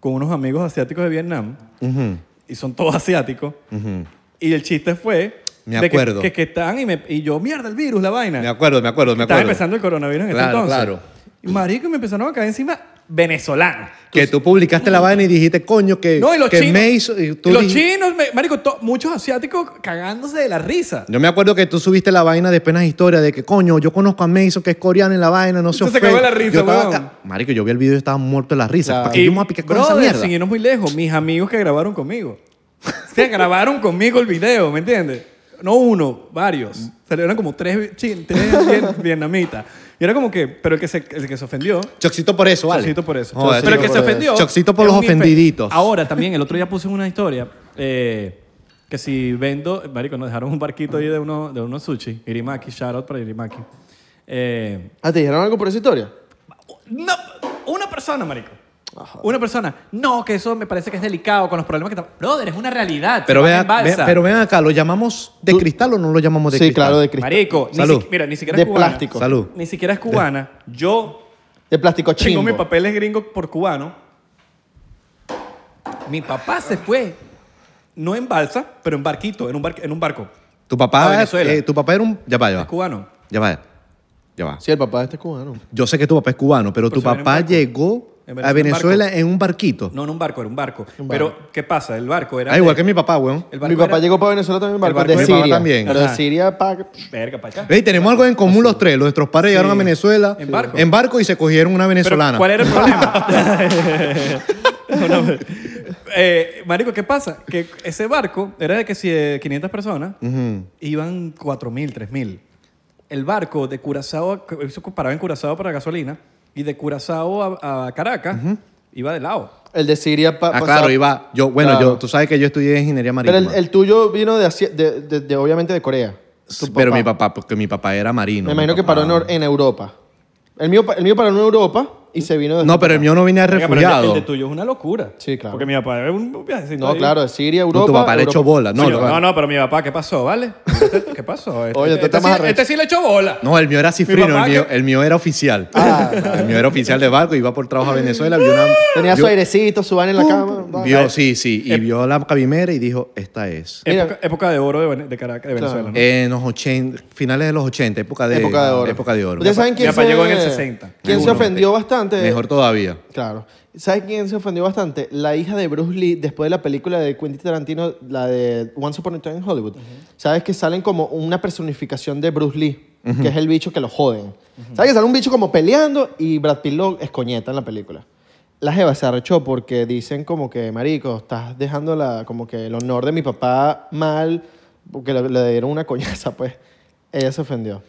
Speaker 1: con unos amigos asiáticos de Vietnam
Speaker 3: Ujú,
Speaker 1: y son todos asiáticos.
Speaker 3: ujú.
Speaker 1: Y el chiste fue
Speaker 3: Me
Speaker 1: de que-
Speaker 3: acuerdo.
Speaker 1: que, que, están y, me- y yo, mierda, el virus, la vaina.
Speaker 3: Me acuerdo, me acuerdo, me
Speaker 1: Estaba
Speaker 3: acuerdo.
Speaker 1: empezando el coronavirus en
Speaker 3: Claro,
Speaker 1: ese
Speaker 3: claro.
Speaker 1: entonces. Y marico, me empezaron a caer encima venezolanos.
Speaker 3: Que tú publicaste la vaina y dijiste, coño, que,
Speaker 1: No, y los
Speaker 3: que
Speaker 1: chinos.
Speaker 3: me hizo- y tú
Speaker 1: los
Speaker 3: dijiste-
Speaker 1: chinos, me- marico, to- muchos asiáticos cagándose de la risa.
Speaker 3: Yo me acuerdo que tú subiste la vaina de penas historia de que, coño, yo conozco a Mason, que es coreano en la vaina, no se
Speaker 1: Entonces se cagó
Speaker 3: ofende.
Speaker 1: la risa,
Speaker 3: Yo estaba
Speaker 1: weón.
Speaker 3: acá- Marico, yo vi el video y estaba muerto de la risa.
Speaker 2: Claro.
Speaker 3: ¿Para qué yo me voy a picar con esa
Speaker 1: brother,
Speaker 3: mierda?
Speaker 1: Sin irnos muy lejos, mis amigos que grabaron conmigo. Se grabaron conmigo el video, ¿me entiendes? No uno, varios. O sea, eran como tres, chin- tres vien- vietnamitas. Y era como que, pero el que se, el que se ofendió.
Speaker 3: Choxito por eso, vale.
Speaker 1: Chocito por eso.
Speaker 3: Joder,
Speaker 1: pero el que
Speaker 3: choxito
Speaker 1: se
Speaker 3: por eso.
Speaker 1: ofendió.
Speaker 3: Choxito
Speaker 1: es
Speaker 3: por los
Speaker 1: un infe-
Speaker 3: ofendiditos.
Speaker 1: Ahora también, el otro día puse una historia eh, que si vendo. Marico, nos dejaron un barquito ahí de uno, de unos sushi. Irimaki, shout out para Irimaki. Eh,
Speaker 2: Ah, ¿te dijeron algo por esa historia?
Speaker 1: no, una persona, marico. Una persona. No, que eso me parece que es delicado con los problemas que está. Brother, es una realidad.
Speaker 3: Pero
Speaker 1: Se van
Speaker 3: vean,
Speaker 1: en balsa.
Speaker 3: vean- pero vean acá, ¿lo llamamos de cristal o no lo llamamos de
Speaker 2: Sí,
Speaker 3: cristal?
Speaker 2: claro, de cristal.
Speaker 1: Marico, ni
Speaker 3: Salud.
Speaker 1: si- mira, ni siquiera
Speaker 2: De
Speaker 1: es cubana.
Speaker 2: plástico.
Speaker 3: Salud.
Speaker 1: Ni siquiera es cubana. Yo
Speaker 2: De plástico
Speaker 1: tengo
Speaker 2: chingo.
Speaker 1: mis papeles gringos por cubano. Mi papá se fue. No en balsa, pero en barquito, en un, barco en un barco.
Speaker 3: Tu
Speaker 1: A
Speaker 3: papá,
Speaker 1: Ah, Venezuela.
Speaker 3: eh, tu papá era un... Ya va, ya
Speaker 1: Es
Speaker 3: va.
Speaker 1: cubano.
Speaker 3: Ya va, ya va.
Speaker 2: Sí, el papá de este cubano.
Speaker 3: Yo sé que tu papá es cubano, pero,
Speaker 1: Pero
Speaker 3: tu
Speaker 1: se viene en
Speaker 3: papá
Speaker 1: barco.
Speaker 3: llegó
Speaker 1: En Venezuela,
Speaker 3: a
Speaker 1: en
Speaker 3: Venezuela en un barquito.
Speaker 1: No, no un barco, era un barco.
Speaker 2: Un barco.
Speaker 1: Pero, ¿qué pasa? El barco era.
Speaker 3: Ah, igual que mi papá, weón.
Speaker 1: el barco
Speaker 2: Mi papá
Speaker 1: era-
Speaker 2: llegó para Venezuela también,
Speaker 1: El
Speaker 2: barco,
Speaker 1: barco
Speaker 2: de
Speaker 1: de
Speaker 3: mi papá
Speaker 2: Siria.
Speaker 3: también.
Speaker 2: Pero de
Speaker 1: Ajá.
Speaker 2: Siria, pa...
Speaker 1: Verga, para acá.
Speaker 3: Ey, tenemos algo en común los tres. Nuestros padres llegaron a Venezuela
Speaker 1: Ah, En barco.
Speaker 3: y se cogieron una
Speaker 1: Pero,
Speaker 3: venezolana.
Speaker 1: ¿Cuál era el
Speaker 2: [laughs]
Speaker 1: problema? [laughs] No, no. Eh, marico, ¿qué pasa? Que ese barco era de que si de 500 personas iban 4.000, 3.000. El barco de Curazao, eso paraba en Curazao para gasolina, y de Curazao a, a Caracas iba de lado.
Speaker 2: El de Siria... Pa,
Speaker 3: Ah,
Speaker 2: pasaba-
Speaker 3: claro, iba. Yo, bueno,
Speaker 2: Claro.
Speaker 3: yo, tú sabes que yo estudié ingeniería
Speaker 2: Pero
Speaker 3: marítima.
Speaker 2: el, el tuyo vino de, Asia- de, de- de, obviamente, de Corea. Tu
Speaker 3: Pero mi papá, porque mi papá era marino.
Speaker 2: Me
Speaker 3: mi
Speaker 2: imagino que
Speaker 3: papá-
Speaker 2: paró en, Or- en Europa. El mío, pa- el mío paró en Europa y se vino de...
Speaker 3: No, pero el mío no venía
Speaker 1: Verga, pero el de-
Speaker 3: refugiado.
Speaker 1: el de tuyo es una locura.
Speaker 2: Sí, claro.
Speaker 1: Porque mi papá era un viajecito
Speaker 2: No,
Speaker 1: ahí.
Speaker 2: claro, de Siria,
Speaker 3: No,
Speaker 2: Europa...
Speaker 3: tu papá le echó
Speaker 2: Europa.
Speaker 3: bola. No,
Speaker 1: Coño,
Speaker 3: lo-
Speaker 1: no, no, pero mi papá, ¿qué pasó? ¿Vale? Este- ¿Qué pasó? Este,
Speaker 2: [laughs] Oye, tú
Speaker 1: este,
Speaker 2: estás
Speaker 1: sí,
Speaker 2: más arrecho.
Speaker 1: este sí le echó bola.
Speaker 3: no, el mío era cifrino,
Speaker 1: papá
Speaker 3: el mío,
Speaker 1: que-
Speaker 3: el mío era oficial.
Speaker 2: Ah,
Speaker 3: el mío era oficial de barco, iba por trabajo a Venezuela, vio una.
Speaker 2: Tenía su
Speaker 3: vio-
Speaker 2: airecito, su
Speaker 3: Uh,
Speaker 2: van en la cama. va.
Speaker 3: Vio, sí, sí,
Speaker 2: Eh.
Speaker 3: y vio la cabimera y dijo, esta es.
Speaker 2: Mira.
Speaker 1: Época, época de oro de, Vene- de Caracas, de Venezuela. ¿no?
Speaker 3: En los 80, finales de los 80, época de,
Speaker 2: época de oro.
Speaker 3: época de oro.
Speaker 2: ¿Ustedes saben
Speaker 1: Mi
Speaker 2: quién
Speaker 1: papá
Speaker 2: se-
Speaker 1: llegó en el 60.
Speaker 2: ¿Quién se
Speaker 3: Seguro.
Speaker 2: ofendió bastante?
Speaker 3: Mejor todavía.
Speaker 2: Claro. ¿Sabes quién se ofendió bastante? La hija de Bruce Lee, después de la película de Quentin Tarantino, la de Once Upon a Time in Hollywood. ¿Sabes que salen como una personificación de Bruce Lee? Que es el bicho que lo joden. ¿Sabes que sale un bicho como peleando y Brad Pitt lo escoñeta en la película? La jeva se arrechó porque dicen como que, marico, estás dejando la, como que el honor de mi papá mal, porque le, le dieron una coñaza, pues. Ella se ofendió.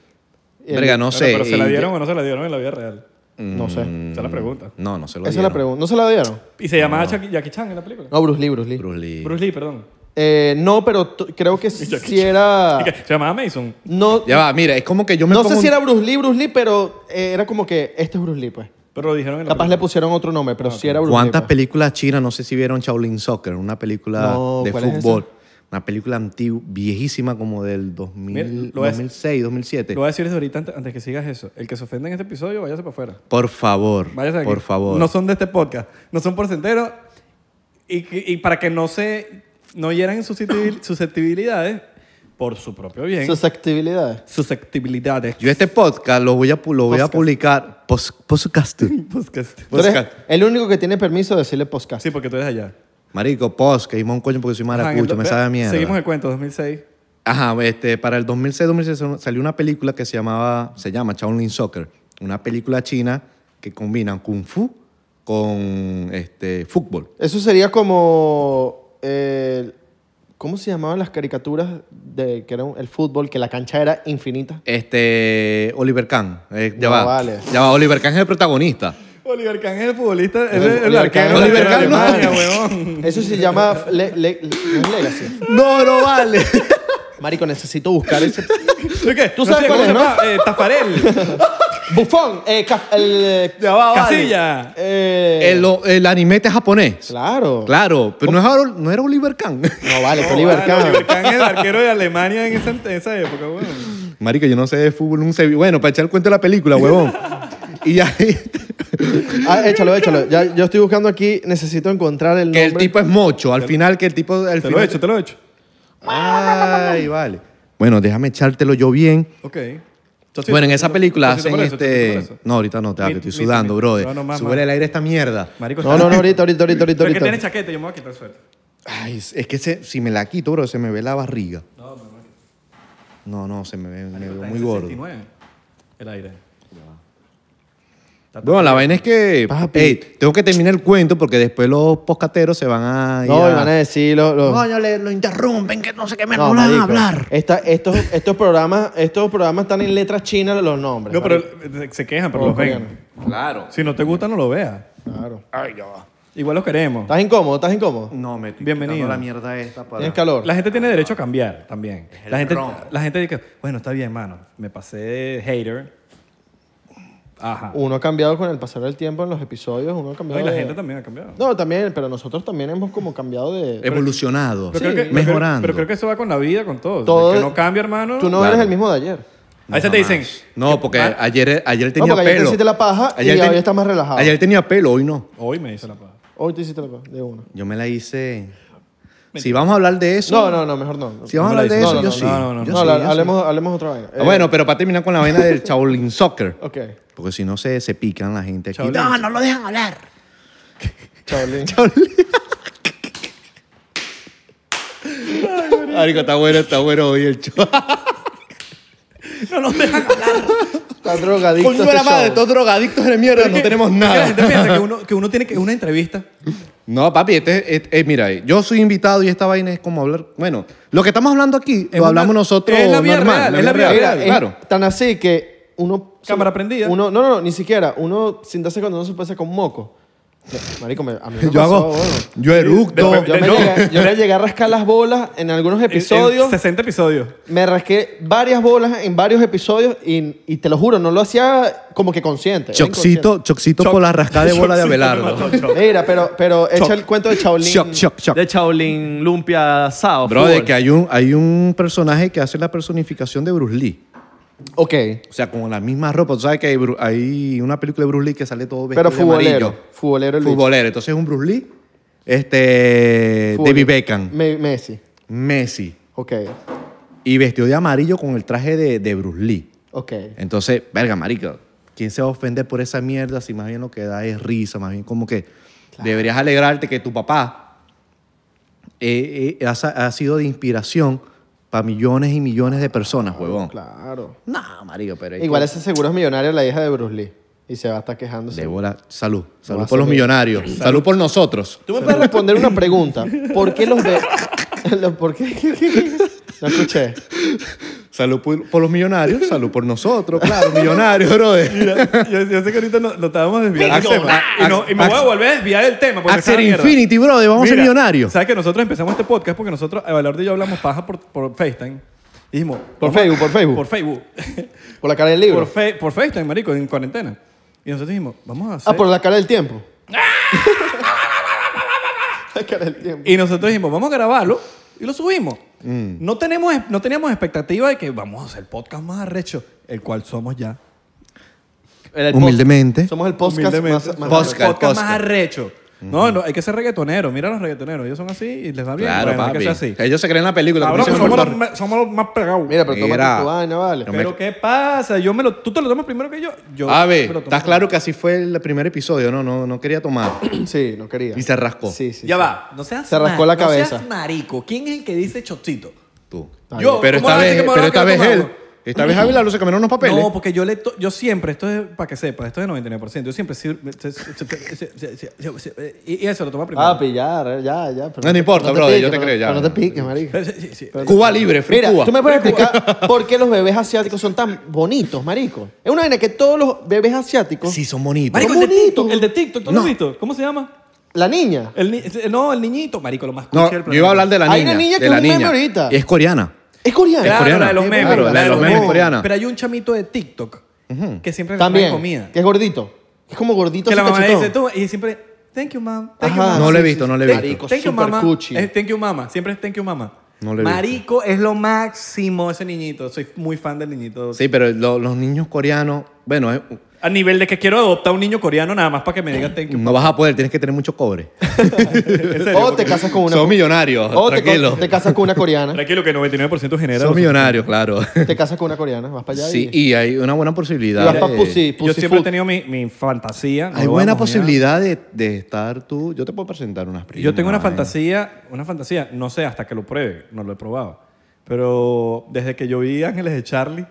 Speaker 2: Y el-
Speaker 3: Verga, no
Speaker 1: Bueno,
Speaker 3: sé.
Speaker 1: pero ¿se la
Speaker 3: y-
Speaker 1: dieron o no se la dieron en la vida real?
Speaker 2: No
Speaker 1: Esa
Speaker 2: sé.
Speaker 1: es la pregunta.
Speaker 3: Mm, No, no se lo
Speaker 2: Esa es la
Speaker 3: dieron.
Speaker 2: pregunta. ¿No se la dieron?
Speaker 1: Y se llamaba Chucky- Jackie Chan en la película.
Speaker 2: No, Bruce Lee, Bruce Lee.
Speaker 3: Bruce Lee.
Speaker 1: Bruce Lee, perdón.
Speaker 2: Eh, no, pero t- creo
Speaker 3: [laughs]
Speaker 2: que si era.
Speaker 3: Ah.
Speaker 1: Y que- Se llamaba Mason.
Speaker 2: No,
Speaker 3: Ya va, mira, es como que yo me
Speaker 2: no sé
Speaker 3: pongo
Speaker 2: si
Speaker 3: un-
Speaker 2: era Bruce Lee, Bruce Lee, pero eh, era como que este es Bruce Lee, pues.
Speaker 1: Pero lo dijeron en la
Speaker 2: Capaz le pusieron otro nombre,
Speaker 3: Ah,
Speaker 2: pero sí era Bruce Lee.
Speaker 3: ¿Cuántas
Speaker 2: pues.
Speaker 3: películas chinas? No sé si vieron Shaolin Soccer, una película
Speaker 2: No,
Speaker 3: de
Speaker 2: ¿cuál es
Speaker 3: fútbol. una película antigua, viejísima, como del 2000,
Speaker 1: Mira, lo es-
Speaker 3: 2006, 2007.
Speaker 1: Lo voy a decir desde ahorita antes, antes que sigas eso. El que se ofenda en este episodio, váyase para afuera.
Speaker 3: Por favor,
Speaker 1: Váyase de aquí.
Speaker 3: por favor.
Speaker 1: No son de este podcast. No son porcenteros. Y, que- y para que no se... No hieran
Speaker 3: [coughs]
Speaker 1: susceptibil- susceptibilidades por su propio bien.
Speaker 2: Sus actividades.
Speaker 1: susceptibilidades.
Speaker 3: Yo este podcast lo voy a, pu- lo voy a
Speaker 2: Podcast.
Speaker 3: publicar. Pos, podcast.
Speaker 1: [laughs] Podcast.
Speaker 2: Tú eres
Speaker 3: Podcast.
Speaker 2: el único que tiene permiso de decirle podcast.
Speaker 1: Sí, Pues porque tú eres allá.
Speaker 3: Marico, post, que dimos un coño porque soy
Speaker 1: Ajá, en el
Speaker 3: maracucho,
Speaker 1: do-
Speaker 3: me
Speaker 1: ve-
Speaker 3: sabe a mierda.
Speaker 1: Seguimos el cuento, 2006.
Speaker 3: Ajá, este, para el 2006-2006 salió una película que se llamaba, se llama Shaolin Soccer, una película china que combina kung fu con este, fútbol.
Speaker 2: Eso sería como. eh, ¿Cómo se llamaban las caricaturas de que era un- el fútbol? Que la cancha era infinita.
Speaker 3: Este, Oliver Kahn, eh, ya
Speaker 2: No,
Speaker 3: va,
Speaker 2: vale.
Speaker 3: ya va, Oliver Kahn es el protagonista.
Speaker 1: Oliver Kahn es el futbolista, es
Speaker 2: El-
Speaker 1: el, el
Speaker 2: Oliver
Speaker 1: arquero
Speaker 3: Kahn.
Speaker 1: de
Speaker 3: Oliver Kahn, no.
Speaker 1: Alemania, huevón.
Speaker 2: Eso se llama. le- le- le- no es Legacy.
Speaker 3: No, no vale.
Speaker 2: Marico, necesito buscar ese.
Speaker 1: [laughs] ¿Tú qué?
Speaker 2: Tú sabes
Speaker 1: sé,
Speaker 2: cuál
Speaker 1: ¿cómo
Speaker 2: es,
Speaker 1: se llama? Eh, [laughs] Tafarel.
Speaker 2: Bufón, eh, ca- el.
Speaker 1: Ya va, vale.
Speaker 2: Casilla. Eh,
Speaker 3: El, el animete japonés.
Speaker 2: Claro.
Speaker 3: Claro, pero no, es ahora- no era Oliver Kahn. [laughs]
Speaker 2: No vale, que
Speaker 1: No,
Speaker 2: Oliver
Speaker 1: vale,
Speaker 2: Kahn.
Speaker 1: Oliver Kahn es el arquero de Alemania en esa, en esa época, huevón.
Speaker 3: Marico, yo no sé de fútbol, un sevi- Bueno, para echar el cuento de la
Speaker 1: [laughs]
Speaker 3: película, huevón. y ahí,
Speaker 2: Ah, échalo, échalo. Ya, yo estoy buscando aquí, necesito encontrar el
Speaker 3: que
Speaker 2: nombre.
Speaker 3: el tipo es mocho. Al final, que el tipo.
Speaker 1: Te
Speaker 3: Al final,
Speaker 1: lo he hecho, te lo he hecho.
Speaker 3: Ay, vale. Bueno, déjame echártelo yo bien.
Speaker 1: Ok.
Speaker 3: bueno, en esa película
Speaker 1: Chocito
Speaker 3: hacen
Speaker 1: por eso,
Speaker 3: este...
Speaker 1: chocito por eso.
Speaker 3: No, ahorita no, te
Speaker 1: Mi-
Speaker 3: estoy
Speaker 1: mi-
Speaker 3: sudando,
Speaker 1: mi-
Speaker 3: brother.
Speaker 1: No, no, más,
Speaker 3: Sube
Speaker 1: más.
Speaker 3: el aire esta mierda.
Speaker 1: Marico,
Speaker 2: No, no, no, ahorita, ahorita, ahorita, ahorita.
Speaker 1: Pero que
Speaker 2: ahorita.
Speaker 1: tiene chaqueta, yo me voy a quitar el suéter.
Speaker 3: Ay, es que se- si me la quito, bro, se me ve la barriga. No, no, se me ve, me veo muy gordo.
Speaker 1: 69, El aire.
Speaker 3: Bueno, la vaina es que...
Speaker 2: Papi.
Speaker 3: Ey, tengo que terminar el cuento porque después los poscateros se van a... ir
Speaker 2: No,
Speaker 3: a-
Speaker 2: y van a decir los... los-
Speaker 3: Coño, le- lo interrumpen, que no sé qué me
Speaker 2: No,
Speaker 3: no van
Speaker 2: marico.
Speaker 3: a hablar.
Speaker 2: Esta- estos, estos, programas, estos programas están en letras chinas los nombres.
Speaker 1: No, pero
Speaker 2: marico.
Speaker 1: eh, se quejan, pero
Speaker 2: Oh,
Speaker 1: los
Speaker 2: coreano.
Speaker 1: ven.
Speaker 3: Claro.
Speaker 1: Si no te gusta, no lo veas.
Speaker 2: Claro.
Speaker 3: Ay, ya va.
Speaker 1: Igual los queremos.
Speaker 2: ¿Estás incómodo? ¿Estás incómodo?
Speaker 3: No, me estoy
Speaker 1: Bienvenido.
Speaker 3: quitando la mierda esta para...
Speaker 2: ¿Tienes calor?
Speaker 1: La gente tiene derecho a cambiar también.
Speaker 3: el
Speaker 1: La gente,
Speaker 3: ron.
Speaker 1: la gente dice, bueno, está bien, mano. Me pasé de hater. Ajá.
Speaker 2: Uno ha cambiado con el pasar del tiempo en los episodios, uno ha
Speaker 1: No,
Speaker 2: cambiado
Speaker 1: y la
Speaker 2: de-
Speaker 1: gente también ha cambiado.
Speaker 2: No, también, pero nosotros también hemos como cambiado de...
Speaker 3: Evolucionado,
Speaker 1: Pero creo que- pero creo-
Speaker 3: mejorando.
Speaker 1: Pero creo que eso va con la vida, con todo.
Speaker 2: Todo-
Speaker 1: El que no cambia, hermano.
Speaker 2: Tú no
Speaker 3: Claro.
Speaker 2: eres el mismo de ayer.
Speaker 1: A veces te dicen.
Speaker 3: No, porque
Speaker 1: Ah,
Speaker 3: ayer, ayer tenía
Speaker 2: porque ayer te
Speaker 3: pelo.
Speaker 2: hiciste la paja y hoy estás más relajado.
Speaker 3: Ayer tenía pelo, hoy no.
Speaker 1: Hoy me hizo la paja.
Speaker 2: Hoy te hiciste la cosa de uno.
Speaker 3: Yo me la hice. Si vamos a hablar de eso.
Speaker 2: No, no, no, mejor no.
Speaker 3: Si vamos a
Speaker 1: No me la
Speaker 3: hablar de
Speaker 1: hice.
Speaker 3: eso,
Speaker 1: No, no,
Speaker 3: yo
Speaker 1: no,
Speaker 3: sí.
Speaker 1: no, no, no.
Speaker 3: Yo
Speaker 2: No,
Speaker 3: sí,
Speaker 2: la-
Speaker 3: yo sí.
Speaker 2: hablemos, hablemos otra vaina.
Speaker 3: Ah,
Speaker 2: Eh,
Speaker 3: Bueno, pero para terminar con la vaina del Shaolin Soccer.
Speaker 2: Ok,
Speaker 3: Porque si no se, se pican la gente aquí.
Speaker 1: Shaolin.
Speaker 3: No, no lo dejan hablar. [laughs]
Speaker 2: Chaolín.
Speaker 3: Marico, está bueno, está bueno hoy el show.
Speaker 2: Está drogadicto
Speaker 3: Coño de
Speaker 2: este
Speaker 3: la madre,
Speaker 2: show.
Speaker 3: estos drogadictos de mierda, no tenemos
Speaker 1: La gente
Speaker 3: nada.
Speaker 1: piensa que uno, que uno tiene que una entrevista.
Speaker 3: [laughs] No, papi, este, este- eh, mira, yo soy invitado y esta vaina es como hablar. Bueno, lo que estamos hablando aquí
Speaker 1: Es
Speaker 3: lo
Speaker 1: una-
Speaker 3: hablamos nosotros
Speaker 1: es la vida
Speaker 3: normal.
Speaker 1: real,
Speaker 3: la
Speaker 1: es la
Speaker 3: vida
Speaker 1: vida
Speaker 3: real,
Speaker 2: Mira, es
Speaker 3: claro.
Speaker 2: tan así que uno...
Speaker 1: Cámara prendida.
Speaker 2: Uno, no, no, no, ni siquiera. Uno sin darse cuando no se pasa con moco. Marico, me- a mí me
Speaker 3: Yo
Speaker 2: pasó,
Speaker 3: hago.
Speaker 2: bueno.
Speaker 3: Yo eructo.
Speaker 1: Después-
Speaker 2: Yo me,
Speaker 1: No.
Speaker 2: llegué, yo me llegué a rascar las bolas en algunos
Speaker 1: En- en
Speaker 2: episodios.
Speaker 1: 60 episodios.
Speaker 2: Me rasqué varias bolas en varios episodios y, y te lo juro, no lo hacía como que consciente. era
Speaker 3: Choxito, choxito por la rascada de bola de Abelardo.
Speaker 2: inconsciente. Mira, pero, pero echa el cuento de Shaolin.
Speaker 3: Shock, shock, shock.
Speaker 5: De Shaolin Lumpia Sao.
Speaker 3: Bro, de
Speaker 5: fútbol.
Speaker 3: que hay un, hay un personaje que hace la personificación de Bruce Lee.
Speaker 2: Ok.
Speaker 3: O sea, con la misma ropa. Tú sabes que hay, Bru- hay una película de Bruce Lee que sale todo
Speaker 2: Pero
Speaker 3: vestido de
Speaker 2: futbolero.
Speaker 3: amarillo.
Speaker 2: Futbolero el bicho.
Speaker 3: Futbolero. Entonces es un Bruce Lee, este,
Speaker 2: Futbolero.
Speaker 3: David Beckham,
Speaker 2: Me- Messi.
Speaker 3: Messi.
Speaker 2: Ok.
Speaker 3: Y vestido de amarillo con el traje de, de Bruce Lee.
Speaker 2: Ok.
Speaker 3: Entonces, verga, marica, ¿quién se va a ofender por esa mierda si más bien lo que da es risa? Más bien como que deberías alegrarte que tu papá eh, eh, ha, sa- ha sido de inspiración para millones y millones de personas, huevón.
Speaker 2: Claro.
Speaker 3: No, marico, pero... hay
Speaker 2: Igual
Speaker 3: que-
Speaker 2: ese seguro es millonario, la hija de Bruce Lee. Y se va a estar quejándose.
Speaker 3: De bola, salud. Salud
Speaker 2: Vas
Speaker 3: por
Speaker 2: a
Speaker 3: los
Speaker 2: ver.
Speaker 3: millonarios. Salud, por nosotros.
Speaker 2: Tú me puedes responder una pregunta. ¿Por qué los ve? [laughs] los- ¿Por qué? [laughs] No escuché.
Speaker 3: Salud por, por los millonarios, salud
Speaker 1: [laughs]
Speaker 3: por nosotros, claro, millonarios, brother.
Speaker 1: Mira, yo, yo sé que ahorita no- lo estábamos desviando del
Speaker 3: Axel,
Speaker 1: tema.
Speaker 3: a-
Speaker 1: Y, no- y me voy a
Speaker 3: Axel-
Speaker 1: volver a desviar del tema. porque me
Speaker 3: Axel
Speaker 1: sabe mierda.
Speaker 3: Infinity, brother, vamos a ser
Speaker 1: Mira,
Speaker 3: millonarios.
Speaker 1: ¿Sabes que nosotros empezamos este podcast porque nosotros, a valor de yo, hablamos paja por, por FaceTime? Y dijimos,
Speaker 2: Por
Speaker 1: vamos a-
Speaker 2: Facebook, por Facebook.
Speaker 1: Por Facebook.
Speaker 2: Por la cara del
Speaker 1: por,
Speaker 2: libro.
Speaker 1: fe- por FaceTime, marico, en cuarentena. Y nosotros dijimos, vamos a hacer...
Speaker 2: Ah, por la cara del
Speaker 3: [laughs]
Speaker 2: tiempo. [laughs] la cara del tiempo.
Speaker 1: Y nosotros dijimos, vamos a grabarlo y lo subimos. No, tenemos, no teníamos expectativa de que vamos a hacer el podcast más arrecho, el cual somos ya.
Speaker 5: Era el post-
Speaker 3: Humildemente.
Speaker 2: Somos el podcast
Speaker 1: Humildemente,
Speaker 2: más,
Speaker 1: somos
Speaker 2: más-
Speaker 1: el
Speaker 3: Podcast,
Speaker 1: podcast
Speaker 3: podcast.
Speaker 1: más arrecho. No, no, hay que ser reggaetonero. Mira los reggaetoneros. Ellos son así y les va bien.
Speaker 3: Claro,
Speaker 1: Bueno, Hay que
Speaker 3: papi.
Speaker 1: ser así.
Speaker 3: Ellos se creen la película. como
Speaker 1: Cabrón,
Speaker 3: dicen en
Speaker 1: somos,
Speaker 3: Puerto
Speaker 1: los, me- somos los más pegados.
Speaker 2: Mira, pero toma
Speaker 3: Mira.
Speaker 2: tu vaina, vale.
Speaker 3: No me-
Speaker 1: pero ¿qué pasa? Yo me lo, tú te lo tomas primero que yo. yo
Speaker 3: Rico. A
Speaker 1: me
Speaker 3: ver,
Speaker 1: lo tomo
Speaker 3: estás claro que así fue el primer episodio. No, no, no quería tomar.
Speaker 2: Sí, no quería.
Speaker 3: Y se rascó.
Speaker 2: Sí, sí.
Speaker 1: ya
Speaker 2: sí.
Speaker 1: va, no seas
Speaker 2: Se rascó la
Speaker 1: no seas
Speaker 2: cabeza.
Speaker 1: marico. ¿Quién es el que dice chocito?
Speaker 3: Tú.
Speaker 1: Está Yo, bien.
Speaker 3: pero
Speaker 1: ¿cómo
Speaker 3: esta
Speaker 1: vas a decir
Speaker 3: vez,
Speaker 1: que me
Speaker 3: pero
Speaker 1: van a
Speaker 3: esta
Speaker 1: quedar
Speaker 3: vez él.
Speaker 1: tomando?
Speaker 3: Esta vez Ávila se cambió unos papeles.
Speaker 1: No, porque yo le to- yo siempre, esto es para que sepas, esto es 99%. Yo siempre sir- se- se- se- se- se- se- se- y y eso lo toma primero.
Speaker 2: Papi, ya, ya, ya. pero-
Speaker 3: No, no importa,
Speaker 2: te
Speaker 3: brother, yo
Speaker 2: piques,
Speaker 3: te creo, ya.
Speaker 2: pero No te piques, marico.
Speaker 1: Sí, sí, sí.
Speaker 3: Cuba libre, free
Speaker 2: Mira,
Speaker 3: Cuba.
Speaker 2: tú me puedes explicar por qué los bebés asiáticos son tan bonitos, marico. Es una vaina que todos los bebés asiáticos.
Speaker 3: Sí, son bonitos.
Speaker 1: Marico, el
Speaker 2: Pero
Speaker 1: de
Speaker 2: bonito.
Speaker 1: TikTok, el de TikTok, ¿tú lo
Speaker 3: No.
Speaker 1: has visto? ¿cómo se llama?
Speaker 2: La niña.
Speaker 1: El ni- eh, no, el niñito, marico, lo más
Speaker 3: No,
Speaker 1: cuchi del
Speaker 3: yo iba a hablar de la niña.
Speaker 2: Hay una niña que
Speaker 3: de
Speaker 2: es
Speaker 3: la
Speaker 2: un meme
Speaker 3: niña.
Speaker 2: ahorita.
Speaker 3: Y es coreana.
Speaker 2: Es coreana.
Speaker 3: Es
Speaker 1: planeta. Claro,
Speaker 3: coreana.
Speaker 1: la de los memes,
Speaker 2: Claro,
Speaker 1: bro,
Speaker 2: la de los memes
Speaker 3: coreana.
Speaker 1: Pero hay un chamito de TikTok que siempre le trae
Speaker 2: También.
Speaker 1: comida.
Speaker 2: Que es gordito. Es como gordito.
Speaker 1: Que la
Speaker 2: así
Speaker 1: mamá le
Speaker 2: cachetón.
Speaker 1: dice tú y siempre, thank you, mom. Thank you,
Speaker 2: Ajá.
Speaker 1: mom.
Speaker 3: No
Speaker 2: sí,
Speaker 3: lo he
Speaker 2: sí,
Speaker 3: visto,
Speaker 2: sí.
Speaker 3: no lo he
Speaker 2: Marico,
Speaker 3: visto.
Speaker 1: Thank you,
Speaker 2: super
Speaker 1: mama.
Speaker 2: cuchi.
Speaker 1: Es thank you, mama. Siempre es thank you, mama.
Speaker 3: No le he
Speaker 1: Marico es lo máximo ese niñito. Soy muy fan del niñito.
Speaker 3: Sí, pero lo- los niños coreanos, bueno, eh,
Speaker 1: A nivel de que quiero adoptar un niño coreano nada más para que me diga thank you.
Speaker 3: no vas a poder, tienes que tener mucho cobre.
Speaker 1: En serio,
Speaker 2: O
Speaker 1: porque-
Speaker 2: te casas con una.
Speaker 3: Son millonarios,
Speaker 2: O te,
Speaker 3: tranquilo.
Speaker 2: te casas con una
Speaker 3: [laughs]
Speaker 2: coreana.
Speaker 1: Tranquilo que 99% genera.
Speaker 3: Son
Speaker 1: los-
Speaker 3: millonarios, claro.
Speaker 2: te casas con una coreana. Vas para allá.
Speaker 3: Sí,
Speaker 2: y.
Speaker 3: y hay una buena
Speaker 2: y
Speaker 3: posibilidad.
Speaker 2: vas para
Speaker 3: de-
Speaker 2: Pussy.
Speaker 1: Yo
Speaker 2: Pussy
Speaker 1: siempre he
Speaker 2: Food.
Speaker 1: tenido mi, mi fantasía. no
Speaker 3: Hay
Speaker 1: lo
Speaker 3: buena
Speaker 1: vamos a negar.
Speaker 3: posibilidad de, de estar tú. Yo te puedo presentar unas primas. eh,
Speaker 1: Yo tengo una
Speaker 3: vaina.
Speaker 1: fantasía, una fantasía, no sé hasta que lo pruebe, no lo he probado. Pero desde que yo vi Ángeles de Charlie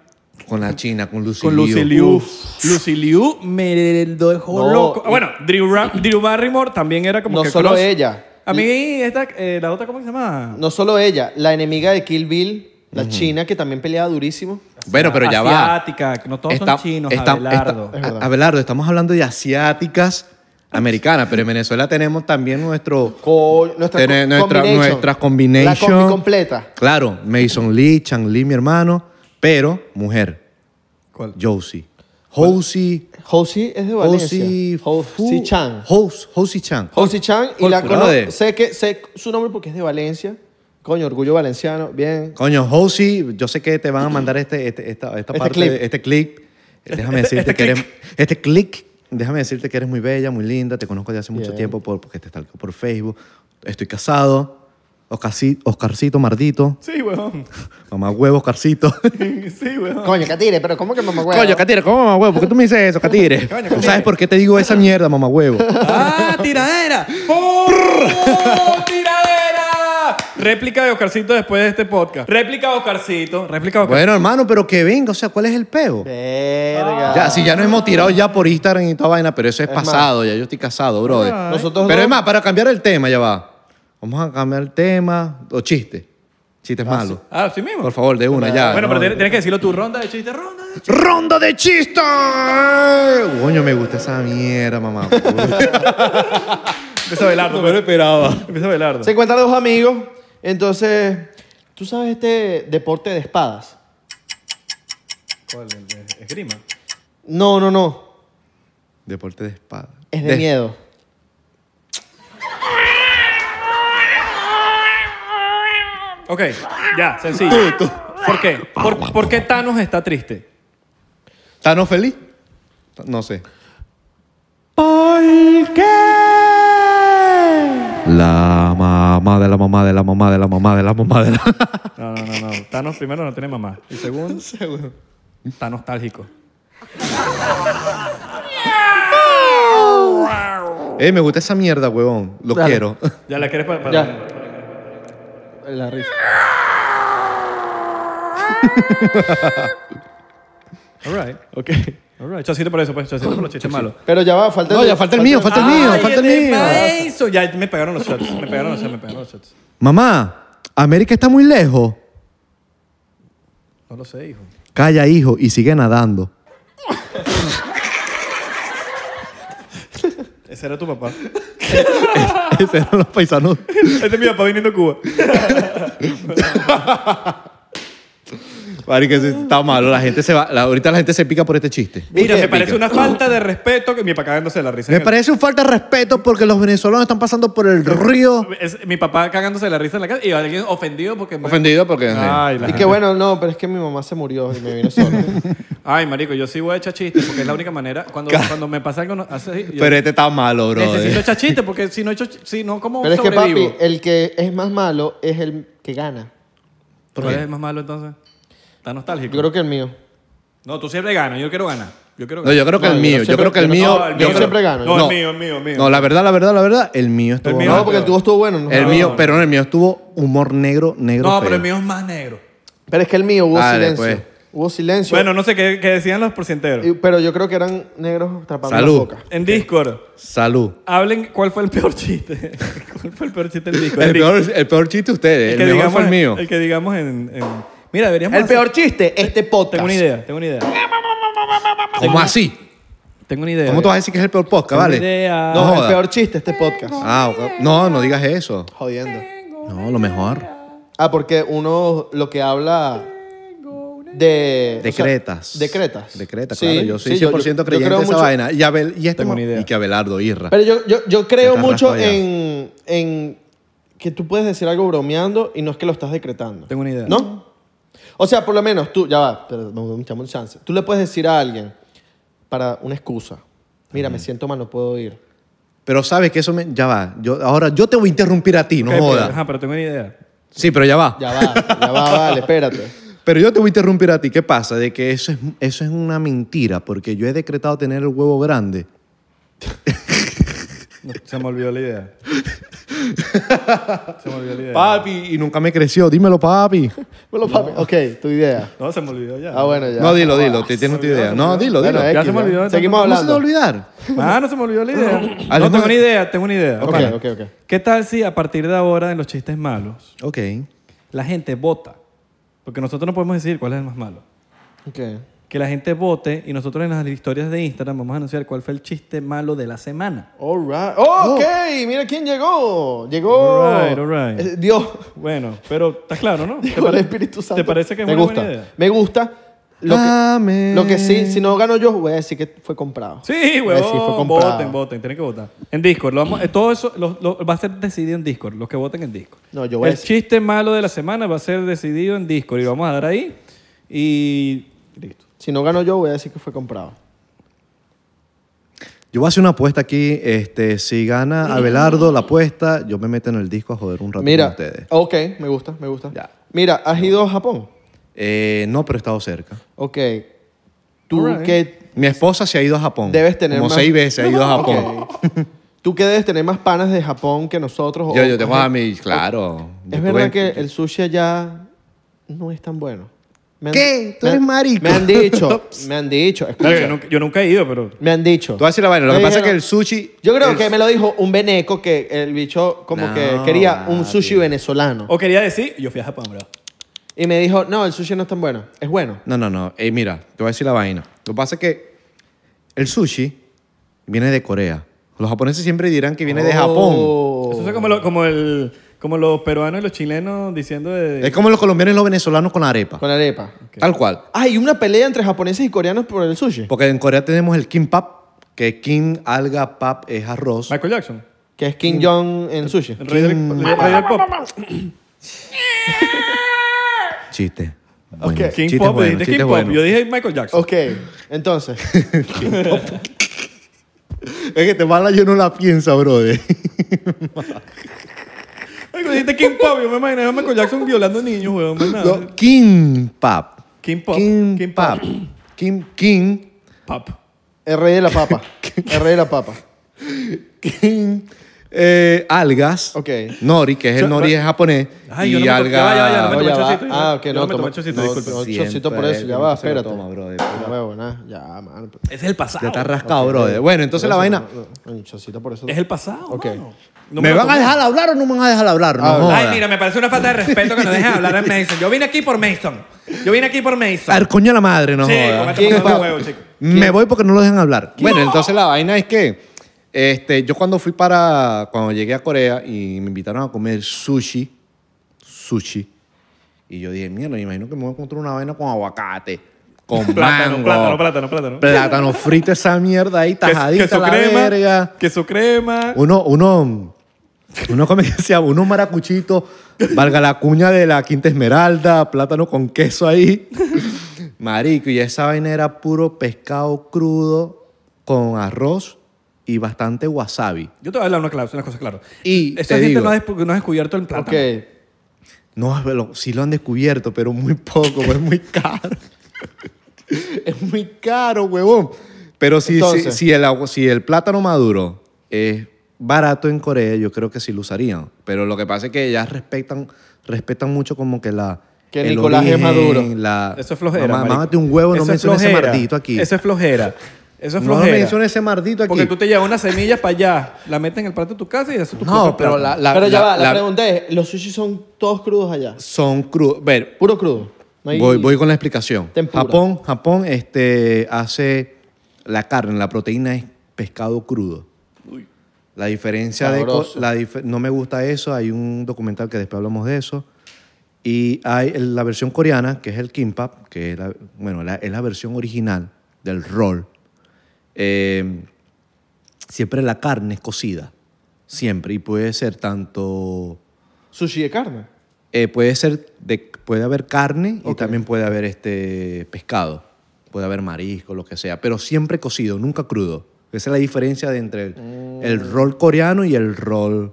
Speaker 3: Con la China, con Lucy
Speaker 1: con
Speaker 3: Liu.
Speaker 1: Lucy Liu. Lucy Liu me dejó
Speaker 2: No,
Speaker 1: loco.
Speaker 2: y-
Speaker 1: Bueno, Drew, Ra- Drew Barrymore también era como
Speaker 2: No
Speaker 1: que
Speaker 2: solo
Speaker 1: close.
Speaker 2: ella.
Speaker 1: A mí esta, eh, la otra, ¿cómo se llama?
Speaker 2: No solo ella, la enemiga de Kill Bill, la china que también peleaba durísimo.
Speaker 3: Bueno, pero ya va.
Speaker 1: Asiática, que no todos
Speaker 3: Está-
Speaker 1: son chinos,
Speaker 3: está-
Speaker 1: Abelardo.
Speaker 3: está-
Speaker 2: Es verdad.
Speaker 3: a- Abelardo, estamos hablando de asiáticas americanas, pero en Venezuela tenemos también nuestro...
Speaker 2: Co- nuestra
Speaker 3: tene-
Speaker 2: co-
Speaker 3: nuestra-
Speaker 2: combination.
Speaker 3: nuestras combination.
Speaker 2: La combi completa.
Speaker 3: Claro, Mason Lee, Chang Lee, mi hermano, pero mujer,
Speaker 1: ¿Cuál?
Speaker 3: Josie. Josie...
Speaker 2: Josie es de
Speaker 3: Josie...
Speaker 2: Valencia. Josie Chan.
Speaker 3: Jos- Josie Chan.
Speaker 2: Josie Chan y
Speaker 3: Josie,
Speaker 2: la
Speaker 3: brother.
Speaker 2: conozco. Sé que sé su nombre porque es de Valencia. Coño, orgullo valenciano. Bien.
Speaker 3: Coño, Josie, yo sé que te van a mandar este, este- esta, esta
Speaker 2: Este
Speaker 3: parte,
Speaker 2: clip.
Speaker 3: de- este clip. Déjame
Speaker 1: Este-
Speaker 3: decirte
Speaker 1: este
Speaker 3: que eres...
Speaker 1: click.
Speaker 3: Este click, déjame decirte que eres muy bella, muy linda, te conozco desde hace mucho
Speaker 2: Bien.
Speaker 3: tiempo por, porque te stalkeo por Facebook. Estoy casado. Oscarci- Oscarcito Mardito. [laughs]
Speaker 1: Sí, weón. [laughs]
Speaker 3: Mamá huevo, Oscarcito.
Speaker 1: Sí, weón.
Speaker 4: Coño, Catire, pero ¿cómo que mamá huevo?
Speaker 3: Coño, Catire, ¿cómo mamá huevo? ¿Por qué tú me dices eso, Catire?
Speaker 1: Coño,
Speaker 3: ¿Tú
Speaker 1: Catire.
Speaker 3: sabes por qué te digo esa mierda, mamá huevo?
Speaker 1: ¡Ah, tiradera!
Speaker 3: [laughs]
Speaker 1: ¡Oh, tiradera! Réplica de Oscarcito después de este podcast. Réplica de Oscarcito. Réplica de Oscarcito.
Speaker 3: Bueno, hermano, pero que venga. O sea, ¿cuál es el peo?
Speaker 2: Verga.
Speaker 3: Ya, si ya nos hemos tirado ya por Instagram y toda vaina, pero eso es,
Speaker 2: Es
Speaker 3: pasado, ya yo estoy casado, brother.
Speaker 2: Ay. Nosotros
Speaker 3: pero
Speaker 2: dos-
Speaker 3: es más, para cambiar el tema, ya va. Vamos a cambiar el tema. O chiste. Chistes malos.
Speaker 1: Ah, sí mismo.
Speaker 3: Por favor, de una, ya.
Speaker 1: bueno,
Speaker 3: ¿no?
Speaker 1: pero tienes tienes que decirlo tu ronda de chistes, ronda de chistes.
Speaker 3: ¡Ronda de chistes! Coño, me gusta esa mierda, mamá.
Speaker 1: Empieza a velar,
Speaker 2: pues.
Speaker 1: no me lo esperaba. Empieza a velar.
Speaker 2: Se encuentran dos amigos. Entonces, ¿tú sabes este deporte de espadas?
Speaker 1: ¿Cuál? El de Esgrima.
Speaker 2: No, no, no.
Speaker 3: Deporte de espada.
Speaker 2: Es
Speaker 1: [laughs]
Speaker 2: de, miedo.
Speaker 1: Ok, ya, sencillo. ¿Por qué? ¿Por, por qué Thanos está triste?
Speaker 3: ¿Tano feliz? No sé. ¿Por qué? La mamá de la mamá de la mamá de la mamá de la mamá de la...
Speaker 1: No, no, no, no. Thanos primero no tiene mamá. Y segundo, está nostálgico.
Speaker 3: Eh, me gusta esa mierda, huevón. Lo
Speaker 2: Dale.
Speaker 3: quiero.
Speaker 1: Ya la quieres para.
Speaker 2: Ya. La risa.
Speaker 1: All right. Ok. All right. Chocito por eso, pues. Chocito por los chistes malos.
Speaker 2: Pero ya va, falta
Speaker 3: No, ya falta el mío, falta el mío,
Speaker 1: Ay,
Speaker 3: falta el
Speaker 1: este
Speaker 3: mío.
Speaker 1: Eso. Ya me pegaron los shots. Me pegaron los shots, me pegaron los shots.
Speaker 3: Mamá, América está muy lejos.
Speaker 1: No lo sé, hijo.
Speaker 3: Calla, hijo, y sigue nadando.
Speaker 1: Ese era tu papá. [laughs]
Speaker 3: Ese eran los paisanos.
Speaker 1: Este es mi papá viniendo a Cuba.
Speaker 3: Marico, sí, está malo. La gente se va. la- ahorita la gente se pica por este chiste.
Speaker 1: Mira,
Speaker 3: Se
Speaker 1: me parece
Speaker 3: pica.
Speaker 1: una falta de respeto que mi papá cagándose de la risa.
Speaker 3: Me
Speaker 1: en el-
Speaker 3: parece un falta de respeto porque los venezolanos están pasando por el río.
Speaker 1: Es mi papá cagándose de la risa en la casa y alguien ofendido porque... me-
Speaker 3: Ofendido porque.
Speaker 5: Ay, la
Speaker 2: Y que
Speaker 5: gente.
Speaker 2: bueno, no, pero es que mi mamá se murió y me vino
Speaker 3: [laughs]
Speaker 2: solo.
Speaker 1: Ay, marico, yo sí voy a echar chistes porque es la única manera. Cuando,
Speaker 3: Ca-
Speaker 1: cuando me pasa algo no- así, yo
Speaker 3: Pero este está malo, bro.
Speaker 1: necesito echar chistes porque si no echo, si no como
Speaker 2: pero es que
Speaker 1: sobrevivo.
Speaker 3: eh,
Speaker 2: papi, el que es más malo es el que gana.
Speaker 1: ¿Tú eres el más malo entonces? Está nostálgico.
Speaker 2: Yo creo que el mío.
Speaker 1: No, tú siempre ganas. Yo quiero ganar. Yo quiero
Speaker 3: No,
Speaker 1: ganar.
Speaker 3: yo creo que
Speaker 2: No,
Speaker 3: el
Speaker 2: yo
Speaker 3: mío.
Speaker 2: no
Speaker 3: Yo
Speaker 2: siempre-
Speaker 3: creo que el
Speaker 2: no,
Speaker 3: mío.
Speaker 2: no,
Speaker 1: el
Speaker 3: yo
Speaker 1: mío
Speaker 3: creo-
Speaker 2: siempre gano.
Speaker 1: No,
Speaker 3: No.
Speaker 1: el mío, el mío, el mío.
Speaker 3: No, la verdad, la verdad, la verdad, el mío estuvo.
Speaker 1: El mío-
Speaker 2: No, porque el tuyo estuvo bueno. ¿no?
Speaker 3: El mío, pero no, el mío estuvo humor negro, negro.
Speaker 1: No,
Speaker 3: feo.
Speaker 1: pero el mío es más negro.
Speaker 2: Pero es que el mío hubo
Speaker 3: Dale,
Speaker 2: silencio.
Speaker 3: pues.
Speaker 2: Hubo silencio.
Speaker 1: Bueno, no sé qué, qué decían los porcienteros.
Speaker 2: Y- pero yo creo que eran negros tapando
Speaker 3: Salud.
Speaker 2: la boca.
Speaker 1: En Discord,
Speaker 3: Salud.
Speaker 1: hablen cuál fue el peor chiste. [laughs] ¿Cuál fue el peor chiste en Discord?
Speaker 3: El peor, el peor chiste de ustedes. El, mejor fue el mío.
Speaker 1: El que digamos en... en- Mira, deberíamos...
Speaker 2: El
Speaker 1: hacer-
Speaker 2: peor chiste, este podcast.
Speaker 1: Tengo una idea, tengo una idea.
Speaker 3: ¿Cómo así?
Speaker 1: Tengo una idea.
Speaker 3: ¿Cómo tú vas a decir que es el peor podcast,
Speaker 1: Tengo una
Speaker 3: vale?
Speaker 1: idea.
Speaker 3: No
Speaker 2: No,
Speaker 3: joda.
Speaker 2: el peor chiste, este podcast.
Speaker 3: Ah, ok. no, no digas eso.
Speaker 2: Jodiendo.
Speaker 3: No, lo mejor.
Speaker 2: Ah, porque uno lo que habla de... o sea,
Speaker 3: Decretas.
Speaker 2: decretas.
Speaker 3: Decretas,
Speaker 2: Sí,
Speaker 3: claro. Yo soy
Speaker 2: sí,
Speaker 3: 100% creyente
Speaker 2: creo
Speaker 3: de esa
Speaker 2: mucho-
Speaker 3: vaina. Y, Abel, y, este
Speaker 1: Tengo
Speaker 3: mo-
Speaker 1: una idea.
Speaker 3: y que Abelardo, Irra.
Speaker 2: Pero yo, yo, yo creo
Speaker 3: Estás
Speaker 2: mucho
Speaker 3: raspado ya.
Speaker 2: en, en que tú puedes decir algo bromeando y no es que lo estás decretando.
Speaker 1: Tengo una idea.
Speaker 2: ¿No? O sea, por lo menos tú, ya va, pero no me echamos el chance. Tú le puedes decir a alguien para una excusa. Mira, me siento mal, no puedo ir.
Speaker 3: Pero sabes que eso me... Ya va. Yo, ahora yo te voy a interrumpir a ti, no
Speaker 1: Ok, pero-
Speaker 3: jodas.
Speaker 1: Ajá, pero tengo una idea.
Speaker 3: Sí, pero ya va.
Speaker 2: Ya va, ya va,
Speaker 1: [laughs]
Speaker 2: vale, espérate.
Speaker 3: Pero yo te voy a interrumpir a ti. ¿Qué pasa? De que eso es, eso es una mentira, porque yo he decretado tener el huevo grande.
Speaker 1: No, se me olvidó la idea. se me olvidó la idea.
Speaker 3: Papi, y nunca me creció. Dímelo, papi.
Speaker 2: Bueno, papi, ok, tu idea.
Speaker 1: No, se me olvidó ya.
Speaker 2: Ah, bueno, ya.
Speaker 3: No, dilo, dilo. Te tienes tu idea. No, dilo, dilo.
Speaker 2: Bueno,
Speaker 1: Ya
Speaker 2: X,
Speaker 1: se me
Speaker 2: ¿no?
Speaker 1: olvidó, entonces,
Speaker 2: Seguimos
Speaker 3: ¿Cómo se te va
Speaker 2: hablando.
Speaker 3: a olvidar?
Speaker 1: Ah, no se me olvidó la idea. no,
Speaker 3: Además-
Speaker 1: tengo una idea, tengo una idea.
Speaker 2: Ok,
Speaker 1: Pana,
Speaker 2: ok, ok.
Speaker 1: ¿Qué tal si a partir de ahora en los chistes malos
Speaker 3: Ok.
Speaker 1: la gente vota? Porque nosotros no podemos decir cuál es el más malo.
Speaker 2: Ok.
Speaker 1: Que la gente vote y nosotros en las historias de Instagram vamos a anunciar cuál fue el chiste malo de la semana.
Speaker 2: All right. Ok,
Speaker 3: Oh.
Speaker 2: mira quién llegó. Llegó.
Speaker 1: All right, all right.
Speaker 2: Eh,
Speaker 3: [laughs]
Speaker 2: Dios.
Speaker 1: Bueno, pero está claro, ¿no? ¿Te
Speaker 2: Llegó el
Speaker 1: pare-
Speaker 2: Espíritu Santo.
Speaker 1: ¿Te parece que es
Speaker 2: Me
Speaker 1: una
Speaker 2: gusta.
Speaker 1: buena idea?
Speaker 2: Me gusta. Lo que,
Speaker 3: Ah. Amén.
Speaker 2: lo que sí, si no gano yo, voy a decir que fue comprado.
Speaker 1: Sí,
Speaker 2: Voy a decir, fue
Speaker 1: huevón.
Speaker 2: comprado.
Speaker 1: voten, voten. Tienen que votar. En Discord. Lo vamos- eh, todo eso lo- lo- va a ser decidido en Discord. Los que voten en Discord.
Speaker 2: No, yo voy a
Speaker 1: El
Speaker 2: decir-
Speaker 1: chiste malo de la semana va a ser decidido en Discord. Y lo vamos a dar ahí. Y listo.
Speaker 2: Si no gano yo, voy a decir que fue comprado.
Speaker 3: Yo voy a hacer una apuesta aquí. Este, si gana Abelardo la apuesta, yo me meto en el disco a joder un rato
Speaker 2: Mira.
Speaker 3: con ustedes.
Speaker 2: Ok, me gusta, me gusta.
Speaker 3: Ya.
Speaker 2: Mira, has ido a Japón.
Speaker 3: Eh, no, pero he estado cerca.
Speaker 2: Ok. Tú
Speaker 1: All right.
Speaker 2: que
Speaker 3: Mi esposa se ha ido a Japón.
Speaker 2: debes tener
Speaker 3: Como
Speaker 2: más...
Speaker 3: seis veces ha ido a Japón.
Speaker 2: Ok. Tú que debes tener más panas de Japón que nosotros. o-
Speaker 3: Yo, yo tengo
Speaker 2: o-
Speaker 3: a mis, claro. Yo
Speaker 2: Es
Speaker 3: tuve-
Speaker 2: verdad que el sushi allá no es tan bueno. Me han-
Speaker 3: ¿Qué? ¿Tú
Speaker 2: me-
Speaker 3: eres marico?
Speaker 2: Me han
Speaker 3: [laughs]
Speaker 2: dicho, me han dicho, escucha,
Speaker 1: Yo nunca, yo nunca he ido, pero.
Speaker 2: me han dicho.
Speaker 3: Tú vas a decir la vaina. Lo
Speaker 2: Me
Speaker 3: que pasa es que
Speaker 2: dijeron-
Speaker 3: el sushi...
Speaker 2: Yo creo
Speaker 3: el-
Speaker 2: que me lo dijo un veneco que el bicho como
Speaker 3: No,
Speaker 2: que quería un
Speaker 3: papi.
Speaker 2: sushi venezolano.
Speaker 1: O quería decir, yo fui a Japón, bro.
Speaker 2: Y me dijo, no, el sushi no es tan bueno, es bueno.
Speaker 3: No, no, no. Eh, mira, te voy a decir la vaina. Lo que pasa es que el sushi viene de Corea. Los japoneses siempre dirán que viene de Japón.
Speaker 2: Oh.
Speaker 1: Eso es como, lo- como, el, como los peruanos y los chilenos diciendo de.
Speaker 3: Es como los colombianos y los venezolanos con la arepa.
Speaker 2: Con arepa.
Speaker 3: Tal cual.
Speaker 2: Hay una pelea entre japoneses y coreanos por el sushi.
Speaker 3: Porque en Corea tenemos el kimbap, que kim, alga, pap es arroz.
Speaker 1: Michael Jackson.
Speaker 2: Que es Kim Jong en sushi.
Speaker 1: El rey, del, el rey del pop.
Speaker 3: Chiste. Bueno,
Speaker 2: Ok.
Speaker 1: King
Speaker 3: chiste
Speaker 1: Pop.
Speaker 3: bueno,
Speaker 1: dijiste
Speaker 3: chiste
Speaker 1: King
Speaker 3: bueno.
Speaker 1: Pop. Yo dije Michael Jackson.
Speaker 2: Ok, entonces.
Speaker 3: Es que te mala yo no la piensa, brother.
Speaker 1: Ay, cuando dijiste King Pop. Yo me imaginé a Michael Jackson violando niños, weón. más nada.
Speaker 3: No, kimbap.
Speaker 1: Kimbap.
Speaker 3: Kimbap. Kim, kim,
Speaker 1: Pop.
Speaker 2: El rey de la
Speaker 3: [laughs]
Speaker 2: papa. El rey de la papa.
Speaker 3: kim, eh, algas.
Speaker 2: Ok.
Speaker 3: Nori, que es el nori es japonés.
Speaker 1: Ay, yo
Speaker 3: y
Speaker 1: no me to-
Speaker 3: alga.
Speaker 1: ya va, ya va, ya va,
Speaker 2: No,
Speaker 1: tomé
Speaker 2: ya va.
Speaker 1: chocito, ya.
Speaker 2: Ah, ok,
Speaker 1: Yo
Speaker 2: no,
Speaker 1: no me
Speaker 2: toma-
Speaker 1: tomé chocito,
Speaker 2: no,
Speaker 1: disculpa.
Speaker 2: no,
Speaker 3: Siempre
Speaker 2: chocito por eso, ya va,
Speaker 3: se lo
Speaker 2: espérate.
Speaker 3: toma, brother.
Speaker 2: Ya, huevo, nada, ya, pues. man.
Speaker 1: Es el pasado.
Speaker 3: Ya está rascado, brother. Bueno, entonces la vaina.
Speaker 2: Un chocito por eso.
Speaker 1: Es el pasado.
Speaker 2: Ok.
Speaker 1: mano. No
Speaker 3: ¿Me
Speaker 1: lo
Speaker 3: van a
Speaker 1: tomo.
Speaker 3: dejar hablar o no me van a dejar hablar? No
Speaker 2: Ah,
Speaker 1: Ay,
Speaker 3: joda.
Speaker 1: mira, me parece una falta de respeto que nos dejen hablar
Speaker 3: [laughs]
Speaker 1: a Mason. Yo vine aquí por Mason. Yo vine aquí por Mason.
Speaker 3: Al coño de la madre, no
Speaker 1: Sí,
Speaker 3: joda.
Speaker 1: con esta
Speaker 2: ¿Quién
Speaker 1: mamá de
Speaker 2: va?
Speaker 1: huevo, chico.
Speaker 3: Me voy porque no lo dejan hablar. Bueno, entonces la vaina es que este, yo cuando fui para, cuando llegué a Corea y me invitaron a comer sushi, sushi, Y yo dije, mierda, me imagino que me voy a encontrar una vaina con aguacate, con
Speaker 1: Plátano,
Speaker 3: mango.
Speaker 1: plátano, plátano, plátano.
Speaker 3: Plátano frito esa mierda ahí, tajadita
Speaker 1: queso
Speaker 3: la
Speaker 1: crema,
Speaker 3: verga.
Speaker 1: queso crema.
Speaker 3: Uno, uno, uno, ¿cómo que se llama? Unos maracuchitos, valga la cuña de la Quinta Esmeralda, plátano con queso ahí. Marico, y esa vaina era puro pescado crudo con arroz y bastante wasabi.
Speaker 1: Yo te voy a hablar una, clave, una cosa clara.
Speaker 3: Y
Speaker 1: Esa
Speaker 3: te
Speaker 1: gente
Speaker 3: digo-
Speaker 1: no ha, despu- no ha descubierto el plátano.
Speaker 2: Ok.
Speaker 3: No, pero sí lo han descubierto, pero muy poco, [laughs] es muy caro. es muy caro, huevón. Pero si, si,
Speaker 2: Entonces.
Speaker 3: si el, agua- si el plátano maduro es barato en Corea, yo creo que sí lo usarían. Pero lo que pasa es que ellas respetan, respetan mucho como que la...
Speaker 2: Que
Speaker 3: el
Speaker 2: Nicolás es maduro.
Speaker 3: la-
Speaker 1: Eso es flojera.
Speaker 3: Mamá,
Speaker 1: marico.
Speaker 3: mámate un huevo,
Speaker 1: Eso
Speaker 3: no
Speaker 1: es
Speaker 3: menciones ese
Speaker 1: flojera.
Speaker 3: mardito aquí.
Speaker 1: Eso es flojera. Eso es
Speaker 3: no
Speaker 1: flojera.
Speaker 3: menciones ese mardito aquí.
Speaker 1: Porque tú te llevas una semilla para allá, la metes en el plato de tu casa y haces tu
Speaker 3: No,
Speaker 1: propio
Speaker 3: pero
Speaker 1: plátano.
Speaker 3: la, la-
Speaker 2: Pero ya
Speaker 3: la-
Speaker 2: va, la,
Speaker 3: la-
Speaker 2: pregunta es, ¿los sushis son todos crudos allá?
Speaker 3: Son crudos. Ver,
Speaker 2: Puro crudo. No hay-
Speaker 3: Voy, voy con la explicación.
Speaker 2: Tempura.
Speaker 3: Japón, Japón este, hace la carne, la proteína es pescado crudo. La diferencia de... co-
Speaker 2: Sabroso.
Speaker 3: La dif- no me gusta eso, hay un documental que después hablamos de eso. Y hay el- la versión coreana, que es el kimbap, que es la, bueno, la- es la versión original del roll. Eh, siempre la carne es cocida, siempre. Y puede ser tanto...
Speaker 2: Sushi de carne.
Speaker 3: Eh, puede ser, de, puede haber carne y
Speaker 2: Ok.
Speaker 3: también puede haber este pescado, puede haber marisco, lo que sea, pero siempre cocido, nunca crudo. Esa es la diferencia de entre el,
Speaker 2: Mm.
Speaker 3: el rol coreano y el rol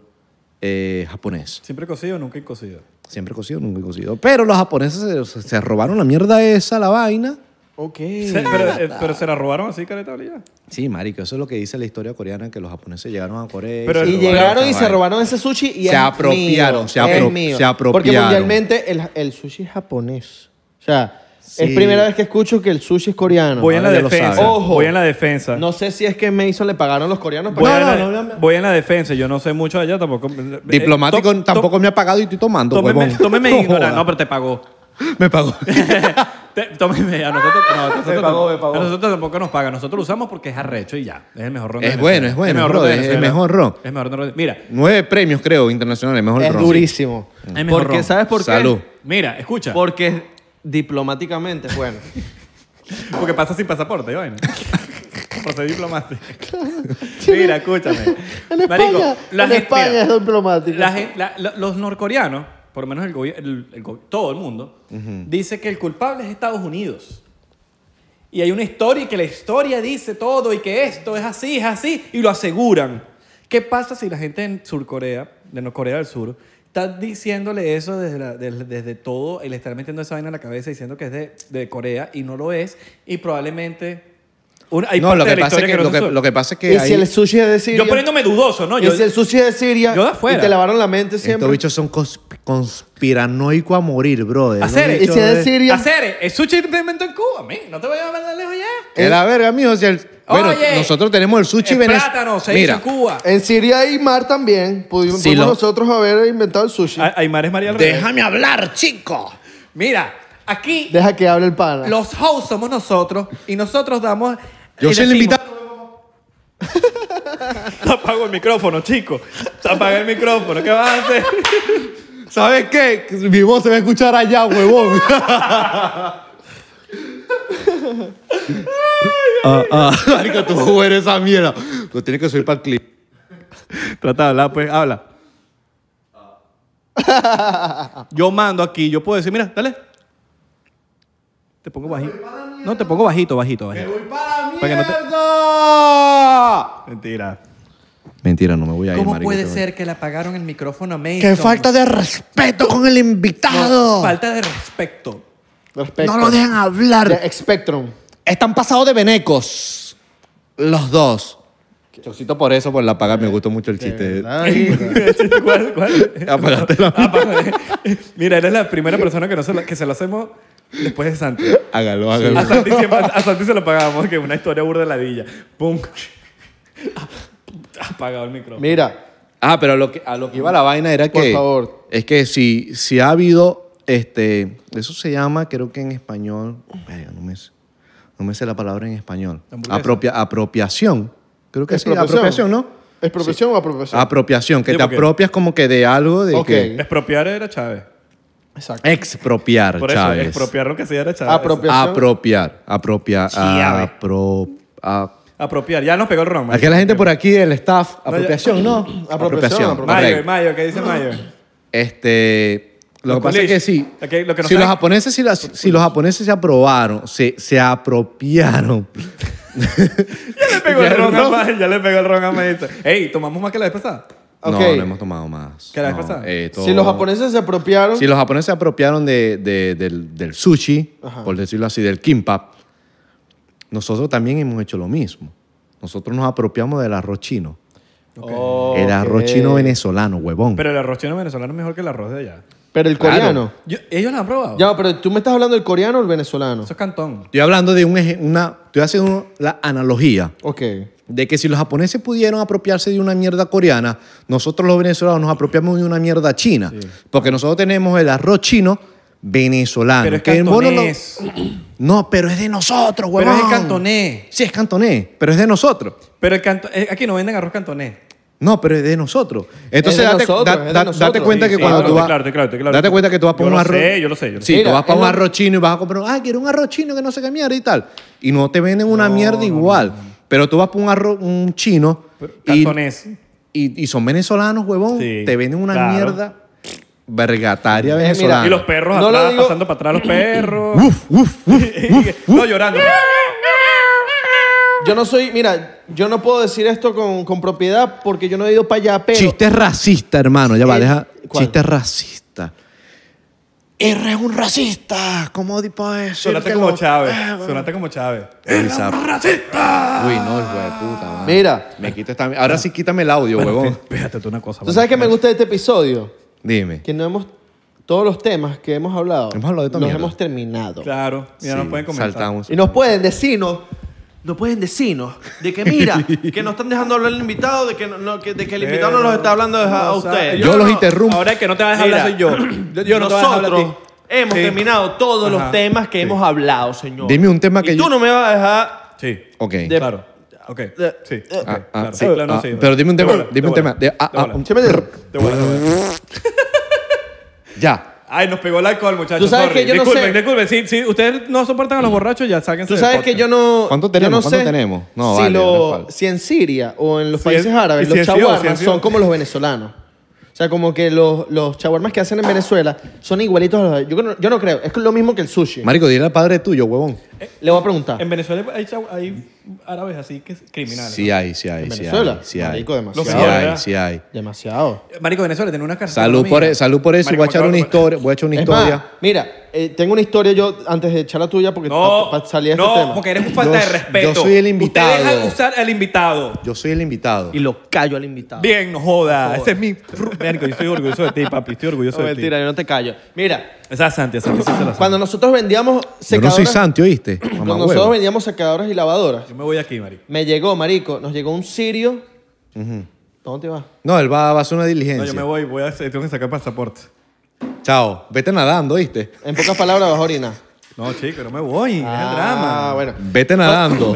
Speaker 3: eh, japonés.
Speaker 1: Siempre cocido, nunca he cocido.
Speaker 3: Siempre cocido, nunca cocido. Pero los japoneses se, se robaron la mierda esa, la vaina.
Speaker 2: Ok.
Speaker 1: Se- pero, eh, pero se la robaron así, careta habilidad.
Speaker 3: Sí, marico, eso es lo que dice la historia coreana, que los japoneses llegaron a Corea.
Speaker 1: Pero-
Speaker 3: se
Speaker 2: Y
Speaker 1: Bueno,
Speaker 3: robaron
Speaker 2: llegaron y
Speaker 3: esa
Speaker 2: se
Speaker 3: vaina.
Speaker 2: robaron ese sushi y
Speaker 3: Se
Speaker 2: es
Speaker 3: apropiaron,
Speaker 2: mío,
Speaker 3: se apro-
Speaker 2: es mío.
Speaker 3: se
Speaker 2: Porque
Speaker 3: apropiaron.
Speaker 2: mundialmente el, el sushi es japonés. O sea,
Speaker 3: Sí.
Speaker 2: es primera vez que escucho que el sushi es coreano.
Speaker 1: Voy en la
Speaker 3: ahora ya lo
Speaker 1: defensa.
Speaker 3: saben.
Speaker 1: Voy en la defensa.
Speaker 2: No sé si es que Mason le pagaron los coreanos.
Speaker 1: voy,
Speaker 2: pero-
Speaker 1: en la,
Speaker 2: No, no, no, no.
Speaker 1: voy en la defensa. Yo no sé mucho de allá tampoco. Eh,
Speaker 3: Diplomático
Speaker 1: to- to-
Speaker 3: tampoco me ha pagado y estoy tomando,
Speaker 1: Tómeme,
Speaker 3: huevón. [laughs]
Speaker 1: tómeme
Speaker 3: No
Speaker 1: ignorante.
Speaker 3: joda.
Speaker 1: No, pero te pagó. [laughs]
Speaker 3: Me pagó. [laughs]
Speaker 1: Te- tómeme. A nosotros, no, a nosotros
Speaker 2: Me pagó, me
Speaker 1: tampoco-
Speaker 2: pagó.
Speaker 1: a nosotros tampoco nos paga. Nosotros lo usamos porque es arrecho y ya. Es el mejor ron. de
Speaker 3: Es
Speaker 1: Venezuela.
Speaker 3: bueno, es bueno,
Speaker 1: el mejor
Speaker 3: bro,
Speaker 1: ron de
Speaker 3: es el
Speaker 1: Venezuela.
Speaker 3: mejor ron.
Speaker 1: Es el mejor ron de- Mira,
Speaker 3: Nueve premios, creo, internacionales. Mejor
Speaker 2: Es
Speaker 3: ron, sí.
Speaker 2: durísimo.
Speaker 1: es el mejor
Speaker 5: Porque,
Speaker 1: ron.
Speaker 5: ¿sabes por qué?
Speaker 3: Salud.
Speaker 1: Mira, escucha.
Speaker 5: Porque
Speaker 2: Diplomáticamente, bueno.
Speaker 1: Porque pasa sin pasaporte,
Speaker 3: [laughs]
Speaker 1: yo Por ser diplomático. Mira, escúchame.
Speaker 4: En España,
Speaker 1: la
Speaker 4: en
Speaker 1: gente-
Speaker 4: España
Speaker 1: mira,
Speaker 4: es diplomático.
Speaker 1: la gen- la- la- los norcoreanos, por lo menos el gobi- el- el go- todo el mundo, dice que el culpable es Estados Unidos. Y hay una historia y que la historia dice todo y que esto es así, es así, y lo aseguran. ¿Qué pasa si la gente en Surcorea, de no- Corea del Sur, está diciéndole eso desde, la- del- desde todo y le están metiendo esa vaina en la cabeza diciendo que es de, de Corea y no lo es? Y probablemente... una- hay
Speaker 3: No,
Speaker 1: parte
Speaker 3: lo
Speaker 1: de
Speaker 3: que,
Speaker 1: la
Speaker 3: pasa es
Speaker 1: historia
Speaker 3: que,
Speaker 1: no
Speaker 3: lo,
Speaker 1: se
Speaker 3: que,
Speaker 1: su-
Speaker 3: lo que pasa es que
Speaker 2: y
Speaker 3: ahí
Speaker 2: si el sushi es de Siria.
Speaker 1: Yo poniéndome dudoso, ¿no?
Speaker 2: y
Speaker 1: Yo,
Speaker 2: si el sushi es de Siria.
Speaker 1: Yo de afuera.
Speaker 2: Y te lavaron la mente
Speaker 3: estos
Speaker 2: siempre.
Speaker 3: bichos son consp- conspiranoico a morir, brother. Los
Speaker 1: Hacer,
Speaker 3: bichos
Speaker 2: y si es de
Speaker 3: de-
Speaker 2: Siria.
Speaker 1: Hacer, el sushi te inventó en Cuba, men. No te voy a mandar lejos ya.
Speaker 2: ¿Eh?
Speaker 3: Es la verga, mijo. si el- bueno,
Speaker 1: Oye,
Speaker 3: nosotros tenemos el sushi
Speaker 1: el
Speaker 3: venez-
Speaker 1: plátano se
Speaker 3: Mira, Eh,
Speaker 1: hizo en Cuba.
Speaker 2: En Siria hay mar también. Pudimos
Speaker 3: Sí,
Speaker 2: pudimos
Speaker 3: lo-
Speaker 2: nosotros haber inventado el sushi.
Speaker 1: A- Aymar es María al revés.
Speaker 3: déjame hablar, chico.
Speaker 1: Mira, aquí
Speaker 2: Deja que hable el pana.
Speaker 1: los hosts somos nosotros y nosotros damos...
Speaker 3: Yo
Speaker 1: y
Speaker 3: soy el
Speaker 1: decimos-
Speaker 3: invitado.
Speaker 1: [laughs] Apago el micrófono, chico. Apaga el micrófono. ¿Qué vas a
Speaker 3: [laughs]
Speaker 1: hacer?
Speaker 3: ¿Sabes qué? Mi voz se va a escuchar
Speaker 1: [laughs]
Speaker 3: allá, huevón. [laughs] ah, ah, marico, tú eres esa mierda. Lo tienes que subir para el clip.
Speaker 1: Trata de hablar, pues. Habla. [laughs] Yo mando aquí. Yo puedo decir, mira, dale. Te pongo bajito. No, te pongo bajito, bajito, bajito. Para que no te- Mentira.
Speaker 3: Mentira, no me voy a ir,
Speaker 1: ¿Cómo
Speaker 3: marico,
Speaker 1: puede
Speaker 3: te voy-
Speaker 1: ser que le apagaron el micrófono a Mason?
Speaker 3: ¡Qué falta de respeto con el invitado!
Speaker 1: No, falta de respeto. [laughs]
Speaker 2: Respecto.
Speaker 3: No lo dejan hablar.
Speaker 2: De Spectrum.
Speaker 3: Están pasados de venecos. Los dos. Chocito por eso, por la paga. Me gustó mucho el
Speaker 1: [laughs]
Speaker 3: chiste. [laughs]
Speaker 1: ¿Cuál? ¿Cuál?
Speaker 3: Apagaste la
Speaker 1: Apaga. [laughs] Mira, eres la primera persona que, no se lo, que se lo hacemos después de Santi.
Speaker 3: Hágalo,
Speaker 1: A
Speaker 3: hágalo.
Speaker 1: Santi, siempre- a Santi se lo pagamos, que es una historia burdeladilla. Pum. [laughs] Apagado el micrófono.
Speaker 2: Mira,
Speaker 3: Ah, pero lo que, a lo que iba la vaina era
Speaker 2: Por
Speaker 3: que.
Speaker 2: favor.
Speaker 3: Es que si, si ha habido. Este, eso se llama, creo que en español. verga, no, me, sé- no me sé la palabra en español.
Speaker 1: Hamburguesa.
Speaker 3: Apropia, apropiación. Creo que sí,
Speaker 2: Expropiación.
Speaker 3: apropiación, ¿no?
Speaker 2: ¿es profesión o apropiación?
Speaker 3: Apropiación, que
Speaker 1: Sí,
Speaker 3: te
Speaker 1: porque-
Speaker 3: apropias como que de algo, de
Speaker 2: Ok.
Speaker 3: que-
Speaker 1: Expropiar era Chávez.
Speaker 2: Exacto.
Speaker 3: Expropiar,
Speaker 1: Por eso,
Speaker 3: Chávez.
Speaker 1: expropiar lo que se era Chávez.
Speaker 2: Apropiar.
Speaker 3: Apropiar. Apropiar.
Speaker 1: Chiave.
Speaker 3: apro- a-
Speaker 1: Apropiar. Ya nos pegó el ron. Mayo.
Speaker 3: Aquí la gente por aquí, el staff, apropiación, ¿no?
Speaker 2: Apropiación, apropiación.
Speaker 1: Mayo,
Speaker 3: correcto.
Speaker 1: Mayo, ¿qué dice Mayo?
Speaker 3: Este, lo
Speaker 1: Los
Speaker 3: que pasa es
Speaker 1: coolish.
Speaker 3: que sí.
Speaker 1: Ok, lo que no
Speaker 3: si,
Speaker 1: sabe-
Speaker 3: los japoneses, si, las- si los japoneses se aprobaron, se, se apropiaron.
Speaker 1: [laughs] Ya le pegó
Speaker 3: Ya
Speaker 1: el ron a
Speaker 3: no.
Speaker 1: Mayo. Ya le pegó el ron a Mayo. Ey, ¿tomamos más que la vez pasada?
Speaker 2: Ok.
Speaker 3: No, no hemos tomado más.
Speaker 1: ¿Qué la vez
Speaker 3: No,
Speaker 1: pasada?
Speaker 3: eh, todo-
Speaker 2: Si los japoneses se apropiaron,
Speaker 3: Si los japoneses se apropiaron de- de- del, del sushi,
Speaker 2: Ajá.
Speaker 3: por decirlo así, del kimbap, nosotros también hemos hecho lo mismo. Nosotros nos apropiamos del arroz chino. El arroz chino venezolano, huevón.
Speaker 2: Mm.
Speaker 1: Pero el arroz chino venezolano es mejor que el arroz de allá.
Speaker 2: pero el
Speaker 3: Claro.
Speaker 2: coreano.
Speaker 1: Yo- ¿Ellos lo han probado?
Speaker 2: Ya, pero tú me estás hablando del coreano o el venezolano.
Speaker 1: Eso es cantón.
Speaker 3: estoy hablando de un eje- una, estoy haciendo la analogía
Speaker 2: Ok.
Speaker 3: de que si los japoneses pudieron apropiarse de una mierda coreana, nosotros los venezolanos nos apropiamos de una mierda china, porque nosotros tenemos el arroz chino venezolano.
Speaker 1: Pero es
Speaker 3: que en bono lo-
Speaker 1: cantonés.
Speaker 3: No, pero es de nosotros,
Speaker 1: Pero
Speaker 3: huevón.
Speaker 1: es el cantonés.
Speaker 3: Sí, es cantonés, pero es de nosotros.
Speaker 1: Pero el canto- eh, aquí no venden arroz cantonés.
Speaker 3: No, pero es de nosotros. Entonces,
Speaker 2: Es de
Speaker 3: date,
Speaker 2: nosotros,
Speaker 3: da-
Speaker 2: es de
Speaker 3: da-
Speaker 2: nosotros.
Speaker 3: date cuenta
Speaker 1: Sí,
Speaker 3: que
Speaker 1: sí,
Speaker 3: cuando
Speaker 1: claro,
Speaker 3: tú vas.
Speaker 1: claro, claro, claro.
Speaker 3: Date cuenta que tú vas
Speaker 1: Yo
Speaker 3: para un
Speaker 1: lo
Speaker 3: arroz.
Speaker 1: sé, yo lo sé, yo lo sé.
Speaker 3: Sí,
Speaker 2: Mira,
Speaker 3: tú vas para
Speaker 2: es
Speaker 3: un
Speaker 2: lo-
Speaker 3: arroz chino y vas a comprar. Ah, quiero un arroz chino que no sé qué mierda y tal. Y no te venden una mierda igual. Pero tú vas para un arroz un chino. y-
Speaker 1: Cantonés.
Speaker 3: Y, y son venezolanos, huevón.
Speaker 1: Sí,
Speaker 3: te venden una
Speaker 1: claro. Eh,
Speaker 3: mierda vergataria
Speaker 2: mira,
Speaker 3: venezolana.
Speaker 1: Y los perros
Speaker 2: Ah. No lo
Speaker 1: atrás,
Speaker 2: digo-
Speaker 1: pasando para atrás los perros.
Speaker 3: Uf, uf,
Speaker 1: [laughs]
Speaker 3: uf.
Speaker 1: no, llorando.
Speaker 2: Yo no soy, mira, yo no puedo decir esto con, con propiedad porque yo no he ido para allá, pero.
Speaker 3: Chiste racista, hermano. Ya va,
Speaker 2: El-
Speaker 3: deja.
Speaker 2: ¿cuál?
Speaker 3: Chiste racista. R es un racista. ¿Cómo tipo eso?
Speaker 1: Sonaste como Chávez.
Speaker 2: Ah,
Speaker 3: Eh,
Speaker 1: Sonaste como Chávez.
Speaker 3: Uy, no, hijo de puta. mano.
Speaker 2: Mira.
Speaker 3: Me quita esta- Ahora sí quítame el audio, huevón.
Speaker 1: Fíjate tú una cosa.
Speaker 2: ¿Tú sabes que me gusta de este episodio?
Speaker 3: Dime.
Speaker 2: Que no hemos. Todos los temas que hemos hablado.
Speaker 3: Hemos hablado de esta
Speaker 2: Los
Speaker 3: mierda.
Speaker 2: hemos terminado.
Speaker 1: Claro, mira,
Speaker 3: Sí,
Speaker 1: no pueden comentar.
Speaker 3: Saltamos.
Speaker 2: Y nos pueden decirnos, nos pueden decirnos de que
Speaker 3: [laughs]
Speaker 2: mira, que no están dejando hablar el invitado, de que, no- no, que- de que el invitado no los está hablando a, a
Speaker 1: O sea,
Speaker 2: ustedes.
Speaker 3: Yo
Speaker 1: no,
Speaker 3: los
Speaker 1: no,
Speaker 3: interrumpo.
Speaker 1: Ahora el que no te vas a dejar hablar soy
Speaker 2: Mira,
Speaker 1: yo. [clears throat]
Speaker 2: [clears throat]
Speaker 1: Yo, yo no te voy a dejar hablar a
Speaker 2: Nosotros
Speaker 1: ti.
Speaker 2: hemos
Speaker 1: Sí.
Speaker 2: terminado todos
Speaker 1: Ajá,
Speaker 2: los temas que hemos hablado, señor.
Speaker 3: Dime un tema que
Speaker 2: y tú
Speaker 3: yo-
Speaker 2: no me vas a dejar.
Speaker 1: Sí.
Speaker 3: Ok.
Speaker 2: de-
Speaker 1: Claro. Ok. Sí. ok,
Speaker 3: Ah, ah,
Speaker 1: claro.
Speaker 3: sí,
Speaker 1: Claro, no,
Speaker 3: ah,
Speaker 1: sí.
Speaker 3: pero dime un
Speaker 1: De
Speaker 3: tema.
Speaker 1: bola,
Speaker 3: dime un
Speaker 1: bola,
Speaker 3: tema. De- ah,
Speaker 1: de bola.
Speaker 3: ah, un-
Speaker 2: Siempre te-
Speaker 1: De bola, de bola.
Speaker 3: Ya.
Speaker 1: Ay, nos pegó el alcohol, muchachos.
Speaker 2: Tú sabes
Speaker 1: sorry.
Speaker 2: que yo no
Speaker 1: disculpen,
Speaker 2: sé-
Speaker 1: Disculpen, si, si ustedes no soportan a los borrachos, ya sáquense.
Speaker 2: Tú sabes
Speaker 1: del
Speaker 2: que
Speaker 1: podcast.
Speaker 2: yo no.
Speaker 3: ¿Cuánto
Speaker 2: yo
Speaker 3: tenemos?
Speaker 2: no
Speaker 3: ¿Cuánto
Speaker 2: sé
Speaker 3: tenemos? No,
Speaker 2: si,
Speaker 3: vale,
Speaker 2: lo-
Speaker 3: no falta.
Speaker 2: si en Siria o en los
Speaker 1: Si
Speaker 2: países
Speaker 1: es-
Speaker 2: árabes,
Speaker 1: si
Speaker 2: los
Speaker 1: es sí o si
Speaker 2: chaguarmas
Speaker 1: es sí o-
Speaker 2: son como los venezolanos. O sea, como que los, los chaguarmas que hacen en Venezuela son igualitos a los. Yo, no- yo no creo. Es lo mismo que el sushi. Eh,
Speaker 3: Marico, dile al padre tuyo, huevón.
Speaker 2: Le voy a preguntar.
Speaker 1: En Venezuela hay, chau- hay árabes así que es criminales.
Speaker 3: Sí
Speaker 1: ¿no?
Speaker 3: hay, sí hay,
Speaker 2: ¿En
Speaker 3: sí
Speaker 2: Venezuela?
Speaker 3: hay. Sí hay.
Speaker 2: Marico, demasiado,
Speaker 3: Sí hay,
Speaker 1: ¿verdad?
Speaker 3: sí hay.
Speaker 2: Demasiado.
Speaker 1: Marico, Venezuela tiene una carcera.
Speaker 3: Salud por, e- salud por eso. y Voy a echar una historia. Voy a echar una
Speaker 2: Es más,
Speaker 3: historia.
Speaker 2: mira, eh, tengo una historia yo antes de echar la tuya porque
Speaker 1: No,
Speaker 2: para salir de
Speaker 1: no,
Speaker 2: este tema.
Speaker 1: porque eres un falta
Speaker 3: Yo-
Speaker 1: de respeto.
Speaker 3: yo soy el invitado.
Speaker 1: Usted deja usar al invitado.
Speaker 3: Yo soy el invitado.
Speaker 2: Y lo callo al invitado.
Speaker 1: Bien, no joda. Ese es mi. Marico, yo estoy orgulloso de ti, papi. Estoy orgulloso
Speaker 2: No,
Speaker 1: de
Speaker 2: mentira, yo no te callo. Mira,
Speaker 1: ti. Esa es Santi, esa es Santi, esa es la Santi.
Speaker 2: cuando nosotros vendíamos
Speaker 3: Yo no
Speaker 2: secadoras,
Speaker 3: soy
Speaker 2: [clears throat]
Speaker 3: santo, ¿oíste?
Speaker 2: cuando
Speaker 3: Mamá
Speaker 2: nosotros
Speaker 3: huevo.
Speaker 2: vendíamos secadoras y lavadoras,
Speaker 1: Yo me voy aquí, marico.
Speaker 2: me llegó, marico, nos llegó un sirio. ¿Dónde te vas?
Speaker 3: No, él va, va a hacer una
Speaker 1: No,
Speaker 3: diligencia.
Speaker 1: yo me voy, voy a, tengo que sacar pasaporte.
Speaker 3: Chao. Vete nadando, ¿oíste?
Speaker 2: En pocas palabras, vas a
Speaker 3: [laughs]
Speaker 2: orinar.
Speaker 1: No, chico, no me voy. es el
Speaker 2: Ah,
Speaker 1: drama.
Speaker 2: bueno.
Speaker 3: Vete nadando.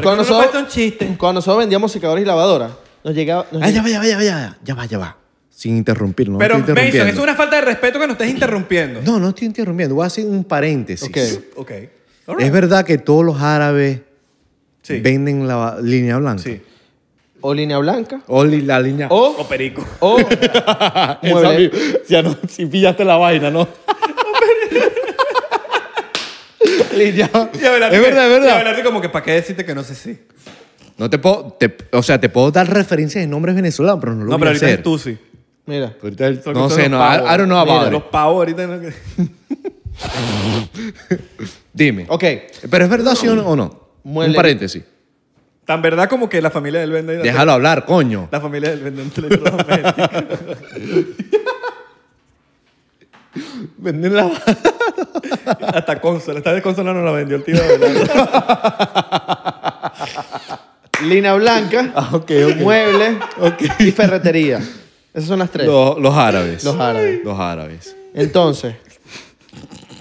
Speaker 2: Cuando
Speaker 1: Pero no
Speaker 2: nosotros,
Speaker 1: cuesta un chiste.
Speaker 2: cuando nosotros vendíamos secadoras y lavadoras, nos llegaba... nos
Speaker 3: Ah, ya
Speaker 2: llegaba-
Speaker 3: va, ya va, ya va, ya va. Ya va, ya va. Sin interrumpir, no
Speaker 1: Pero,
Speaker 3: estoy
Speaker 1: Mason, eso es
Speaker 3: interrumpiendo.
Speaker 1: una falta de respeto que nos estés interrumpiendo.
Speaker 3: No, no estoy interrumpiendo. Voy a hacer un paréntesis.
Speaker 2: Ok.
Speaker 1: Ok. All right.
Speaker 3: Es verdad que todos los árabes
Speaker 1: Sí.
Speaker 3: venden la línea blanca.
Speaker 1: Sí.
Speaker 2: o línea blanca,
Speaker 3: O li- la línea...
Speaker 2: o...
Speaker 1: O perico.
Speaker 2: o mueble-
Speaker 3: Oh. [laughs] ya no, si pillaste la vaina, ¿no? [laughs] Línea-
Speaker 1: Y Abelardo
Speaker 3: es
Speaker 1: que-
Speaker 3: verdad, es
Speaker 1: Y
Speaker 3: verdad.
Speaker 1: Abelardo como que, ¿para qué decirte que no sé si?
Speaker 3: No te puedo, te- o sea, te puedo dar referencias de nombres venezolanos, pero no
Speaker 1: No,
Speaker 3: lo voy
Speaker 1: pero
Speaker 3: a
Speaker 1: ahorita es
Speaker 3: hacer.
Speaker 1: tú sí.
Speaker 2: Mira.
Speaker 3: Ahorita el-
Speaker 1: Son-
Speaker 3: no
Speaker 1: son
Speaker 3: sé,
Speaker 1: los
Speaker 3: no,
Speaker 1: pavos.
Speaker 3: I, I don't know about
Speaker 1: Mira,
Speaker 3: it.
Speaker 1: Los pavos ahorita. no- [laughs]
Speaker 3: Dime.
Speaker 2: Ok.
Speaker 3: Pero es verdad, sí o no. o no? Un
Speaker 2: Muele.
Speaker 3: paréntesis.
Speaker 1: Tan verdad como que la familia del vende.
Speaker 3: Déjalo hablar, coño.
Speaker 1: La familia del vendedor de electrodomésticos.
Speaker 3: [laughs] Venden la...
Speaker 1: Hasta consola. Esta vez consola no la vendió el tío de Abelardo.
Speaker 2: Lina blanca,
Speaker 3: Ah, ok, ok. [laughs]
Speaker 2: mueble y ferretería. Esas son las tres.
Speaker 3: Los, los árabes.
Speaker 2: Los árabes.
Speaker 3: Los árabes.
Speaker 2: Entonces,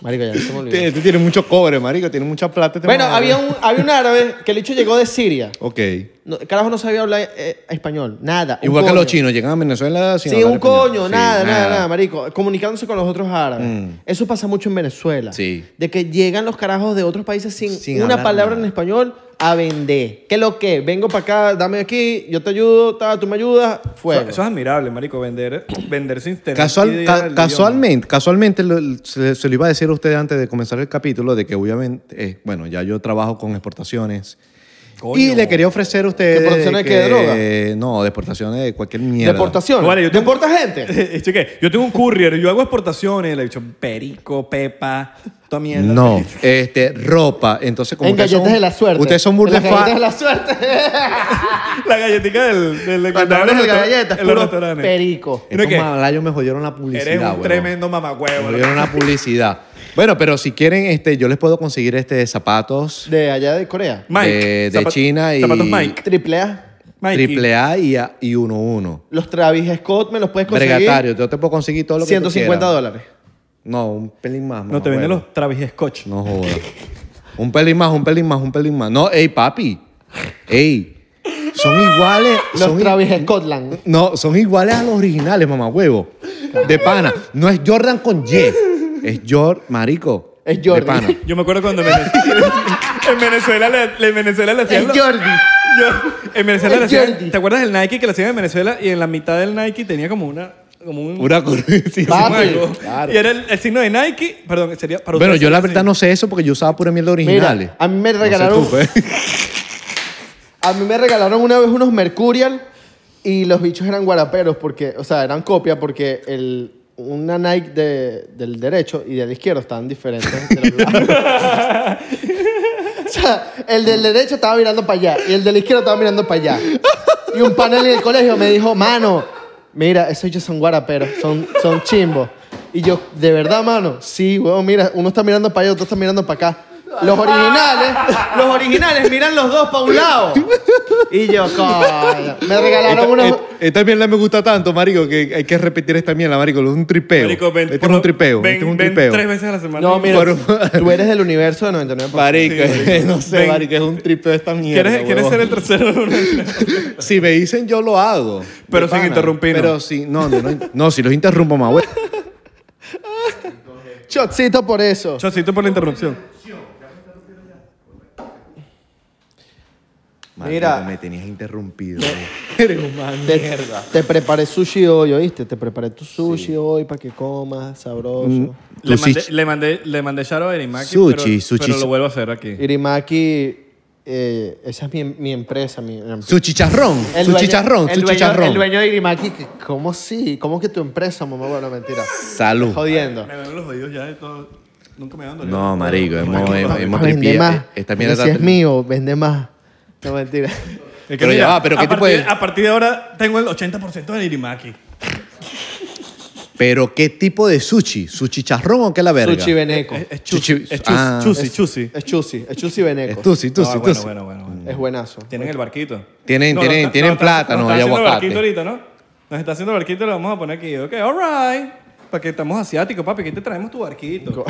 Speaker 2: marico, ya se me olvidó.
Speaker 3: Este tiene mucho cobre, marico. Tiene mucha plata. este
Speaker 2: Bueno,
Speaker 3: man.
Speaker 2: había un, había un árabe que el hecho llegó de Siria.
Speaker 3: Ok.
Speaker 2: No, el carajo no sabía hablar eh, español, nada. un
Speaker 3: Igual que los
Speaker 2: coño.
Speaker 3: chinos, llegan a Venezuela sin
Speaker 2: Sí,
Speaker 3: hablar
Speaker 2: un
Speaker 3: español.
Speaker 2: coño,
Speaker 3: Sí,
Speaker 2: nada, nada, nada, marico. Comunicándose con los otros árabes.
Speaker 3: Mm.
Speaker 2: Eso pasa mucho en Venezuela.
Speaker 3: Sí.
Speaker 2: De que llegan los carajos de otros países sin,
Speaker 3: Sin
Speaker 2: una
Speaker 3: hablar
Speaker 2: palabra
Speaker 3: nada.
Speaker 2: en español a vender. ¿Qué lo que? Vengo para acá, dame aquí, yo te ayudo, ta, tú me ayudas, fuego.
Speaker 1: Eso, eso es admirable, marico, vender, vender sin tener
Speaker 3: Casual-
Speaker 1: idea
Speaker 3: ca-
Speaker 1: del [laughs]
Speaker 3: casualmente, casualmente lo- se, se lo iba a decir a usted antes de comenzar el capítulo de que obviamente, eh, bueno, ya yo trabajo con exportaciones.
Speaker 1: idioma. Coño.
Speaker 3: Y le quería ofrecer a usted...
Speaker 2: ¿Qué exportaciones de qué,
Speaker 3: que- No, de exportaciones de cualquier mierda.
Speaker 2: Deportación.
Speaker 1: Vale, yo te-
Speaker 2: ¿Deporta gente?
Speaker 1: Eh, cheque, yo tengo un courier, yo hago exportaciones, le he dicho perico, pepa, toda mierda.
Speaker 3: No, este, ropa. Entonces, como
Speaker 4: En
Speaker 3: ustedes
Speaker 4: galletas
Speaker 3: son-
Speaker 4: de la suerte.
Speaker 3: Ustedes son burda
Speaker 4: En las galletas
Speaker 3: fan-
Speaker 4: de la suerte.
Speaker 1: La galletica del... del, del
Speaker 2: Cuando hablas de galletas,
Speaker 1: en los
Speaker 2: puro
Speaker 1: restaurantes.
Speaker 4: Perico.
Speaker 1: ¿No es
Speaker 3: Estos
Speaker 1: qué?
Speaker 3: malayos me jodieron la publicidad,
Speaker 1: Eres un
Speaker 3: huevón.
Speaker 1: tremendo
Speaker 3: Me
Speaker 1: mamacuevo.
Speaker 3: jodieron la publicidad. Bueno, pero si quieren, este, yo les puedo conseguir este zapatos
Speaker 2: De allá de Corea.
Speaker 1: Mike.
Speaker 3: de- de
Speaker 1: zapa-
Speaker 3: China y-
Speaker 1: Zapatos Mike.
Speaker 2: Triple A.
Speaker 1: Mikey.
Speaker 3: triple A y, a- y 1-1.
Speaker 2: Los Travis Scott me los puedes conseguir.
Speaker 3: Bregatario, yo te puedo conseguir todo lo que tú
Speaker 2: 150
Speaker 3: quieras.
Speaker 2: dólares.
Speaker 3: No, un pelín más.
Speaker 1: No, te venden
Speaker 3: mamacuevo.
Speaker 1: los Travis Scotch.
Speaker 3: No jodas. Un pelín más, un pelín más, un pelín más. No, ey, papi. Ey. Son iguales.
Speaker 4: Los
Speaker 3: son i-
Speaker 4: Travis Scotland.
Speaker 3: No, son iguales a los originales, mamá huevo. De pana. No es Jordan con Y. Es Jordan, marico.
Speaker 4: Es Jordan.
Speaker 3: De pana.
Speaker 1: Yo me acuerdo cuando en Venezuela, [laughs] en Venezuela le, le- en Venezuela le hacían
Speaker 4: Es
Speaker 1: los-
Speaker 4: Jordi.
Speaker 1: Yo- en Venezuela
Speaker 4: Es
Speaker 1: le hacían-
Speaker 4: Jordi.
Speaker 1: ¿Te acuerdas del Nike que le hacían en Venezuela y en la mitad del Nike tenía como una como un,
Speaker 3: Una curiosidad.
Speaker 1: como
Speaker 4: Papi,
Speaker 1: algo. Y era el, el signo de Nike, perdón, sería para
Speaker 3: Bueno,
Speaker 1: ustedes
Speaker 3: yo la
Speaker 1: sería
Speaker 3: verdad
Speaker 1: así.
Speaker 3: no sé eso porque yo usaba pura mierda originales.
Speaker 2: a mí me
Speaker 3: No sé
Speaker 2: regalaron-
Speaker 3: tú, pues.
Speaker 2: A mí me regalaron una vez unos Mercurial y los bichos eran guaraperos porque, o sea, eran copia porque el, una Nike de- del derecho y del izquierdo estaban diferentes.
Speaker 3: [laughs]
Speaker 2: de los lados. [laughs] o sea, el del derecho estaba mirando para allá y el del izquierdo estaba mirando para allá. Y un panel en el colegio me dijo, mano, mira, esos bichos son guaraperos, son, son chimbos. Y yo, de verdad, mano, sí, huevón, mira, uno está mirando para allá, otro está mirando para acá. Los originales, los originales miran los dos para un lado. Y yo, coño, me regalaron
Speaker 3: Esta-
Speaker 2: unos...
Speaker 3: et- Eh, Esta mierda me gusta tanto, marico, que hay que repetir esta mierda, marico. Es un tripeo.
Speaker 1: Marico, ven-
Speaker 3: este
Speaker 1: por
Speaker 3: es un
Speaker 1: lo-
Speaker 3: tripeo.
Speaker 1: ven-
Speaker 3: este es un
Speaker 1: ven
Speaker 3: tripeo.
Speaker 1: tres veces a la semana.
Speaker 2: No, mira,
Speaker 3: Fueron-
Speaker 2: tú eres del universo de 99%.
Speaker 3: Marico, [laughs] no sé,
Speaker 1: Ven.
Speaker 3: marico, es un tripeo esta mierda.
Speaker 1: ¿Quieres, quieres ser el
Speaker 3: huevón.
Speaker 1: tercero de una?
Speaker 3: [laughs] Si me dicen, yo lo hago.
Speaker 1: Pero
Speaker 3: De
Speaker 1: sin
Speaker 3: pana.
Speaker 1: interrumpirnos.
Speaker 3: Pero si, no, no, no, no, si los interrumpo, más huevo.
Speaker 2: Chocito por eso.
Speaker 1: Chocito por la interrupción.
Speaker 2: Mira.
Speaker 3: Maldito, me tenías interrumpido.
Speaker 2: te, te preparé sushi hoy, ¿oíste? Te preparé tu sushi hoy para que comas, sabroso.
Speaker 3: Mm.
Speaker 1: Le
Speaker 3: Sushi.
Speaker 1: mandé, le mandé, le mandé Sharo a Erimaki,
Speaker 3: Sushi,
Speaker 1: pero,
Speaker 3: sushi,
Speaker 1: pero
Speaker 3: su-
Speaker 1: lo vuelvo a hacer aquí.
Speaker 2: Irimaki, eh, esa es mi, mi empresa. Mi,
Speaker 3: Su chicharrón,
Speaker 2: El
Speaker 3: su
Speaker 2: dueño-
Speaker 3: chicharrón,
Speaker 2: el
Speaker 3: su
Speaker 2: dueño-
Speaker 3: chicharrón.
Speaker 2: El dueño de Irimaki, que- ¿cómo sí? ¿Cómo que tu empresa, mamá? Bueno, mentira.
Speaker 3: Salud.
Speaker 2: Jodiendo.
Speaker 1: Me duelen los oídos ya de todo. Nunca me dan dolido.
Speaker 3: No, marico, hemos, hemos, hemos
Speaker 2: Vende
Speaker 3: tripiado. eh,
Speaker 2: más.
Speaker 3: Esta mierda
Speaker 2: Ese
Speaker 3: está
Speaker 2: es mío, vende más. No, mentira.
Speaker 1: Es que
Speaker 3: Pero ya
Speaker 1: mira,
Speaker 3: va, pero
Speaker 1: a
Speaker 3: ¿qué te
Speaker 1: partir-
Speaker 3: puede-
Speaker 1: A partir de ahora tengo el 80% de Irimaki.
Speaker 3: Pero ¿qué tipo de sushi? ¿Su chicharrón o qué la verga?
Speaker 2: Sushi Beneco.
Speaker 1: Es, es
Speaker 3: Chuchi-
Speaker 1: chusi, es chusi,
Speaker 3: ah.
Speaker 1: chusi,
Speaker 2: Es-
Speaker 1: chusi.
Speaker 2: Es chusi, es chusi Beneco.
Speaker 3: Es tusi, tusi,
Speaker 1: Ah,
Speaker 3: tusi.
Speaker 1: bueno, bueno, bueno, bueno.
Speaker 2: Es buenazo.
Speaker 1: Tienen el barquito.
Speaker 3: Tienen- tienen-
Speaker 1: está-
Speaker 3: tienen
Speaker 1: está-
Speaker 3: plátano
Speaker 1: nos está
Speaker 3: y
Speaker 1: haciendo el
Speaker 3: aguacate.
Speaker 1: barquito ahorita, ¿no? Nos está haciendo el barquito, lo vamos a poner aquí. Ok, all right. Para que estamos asiáticos, papi, que te traemos tu barquito.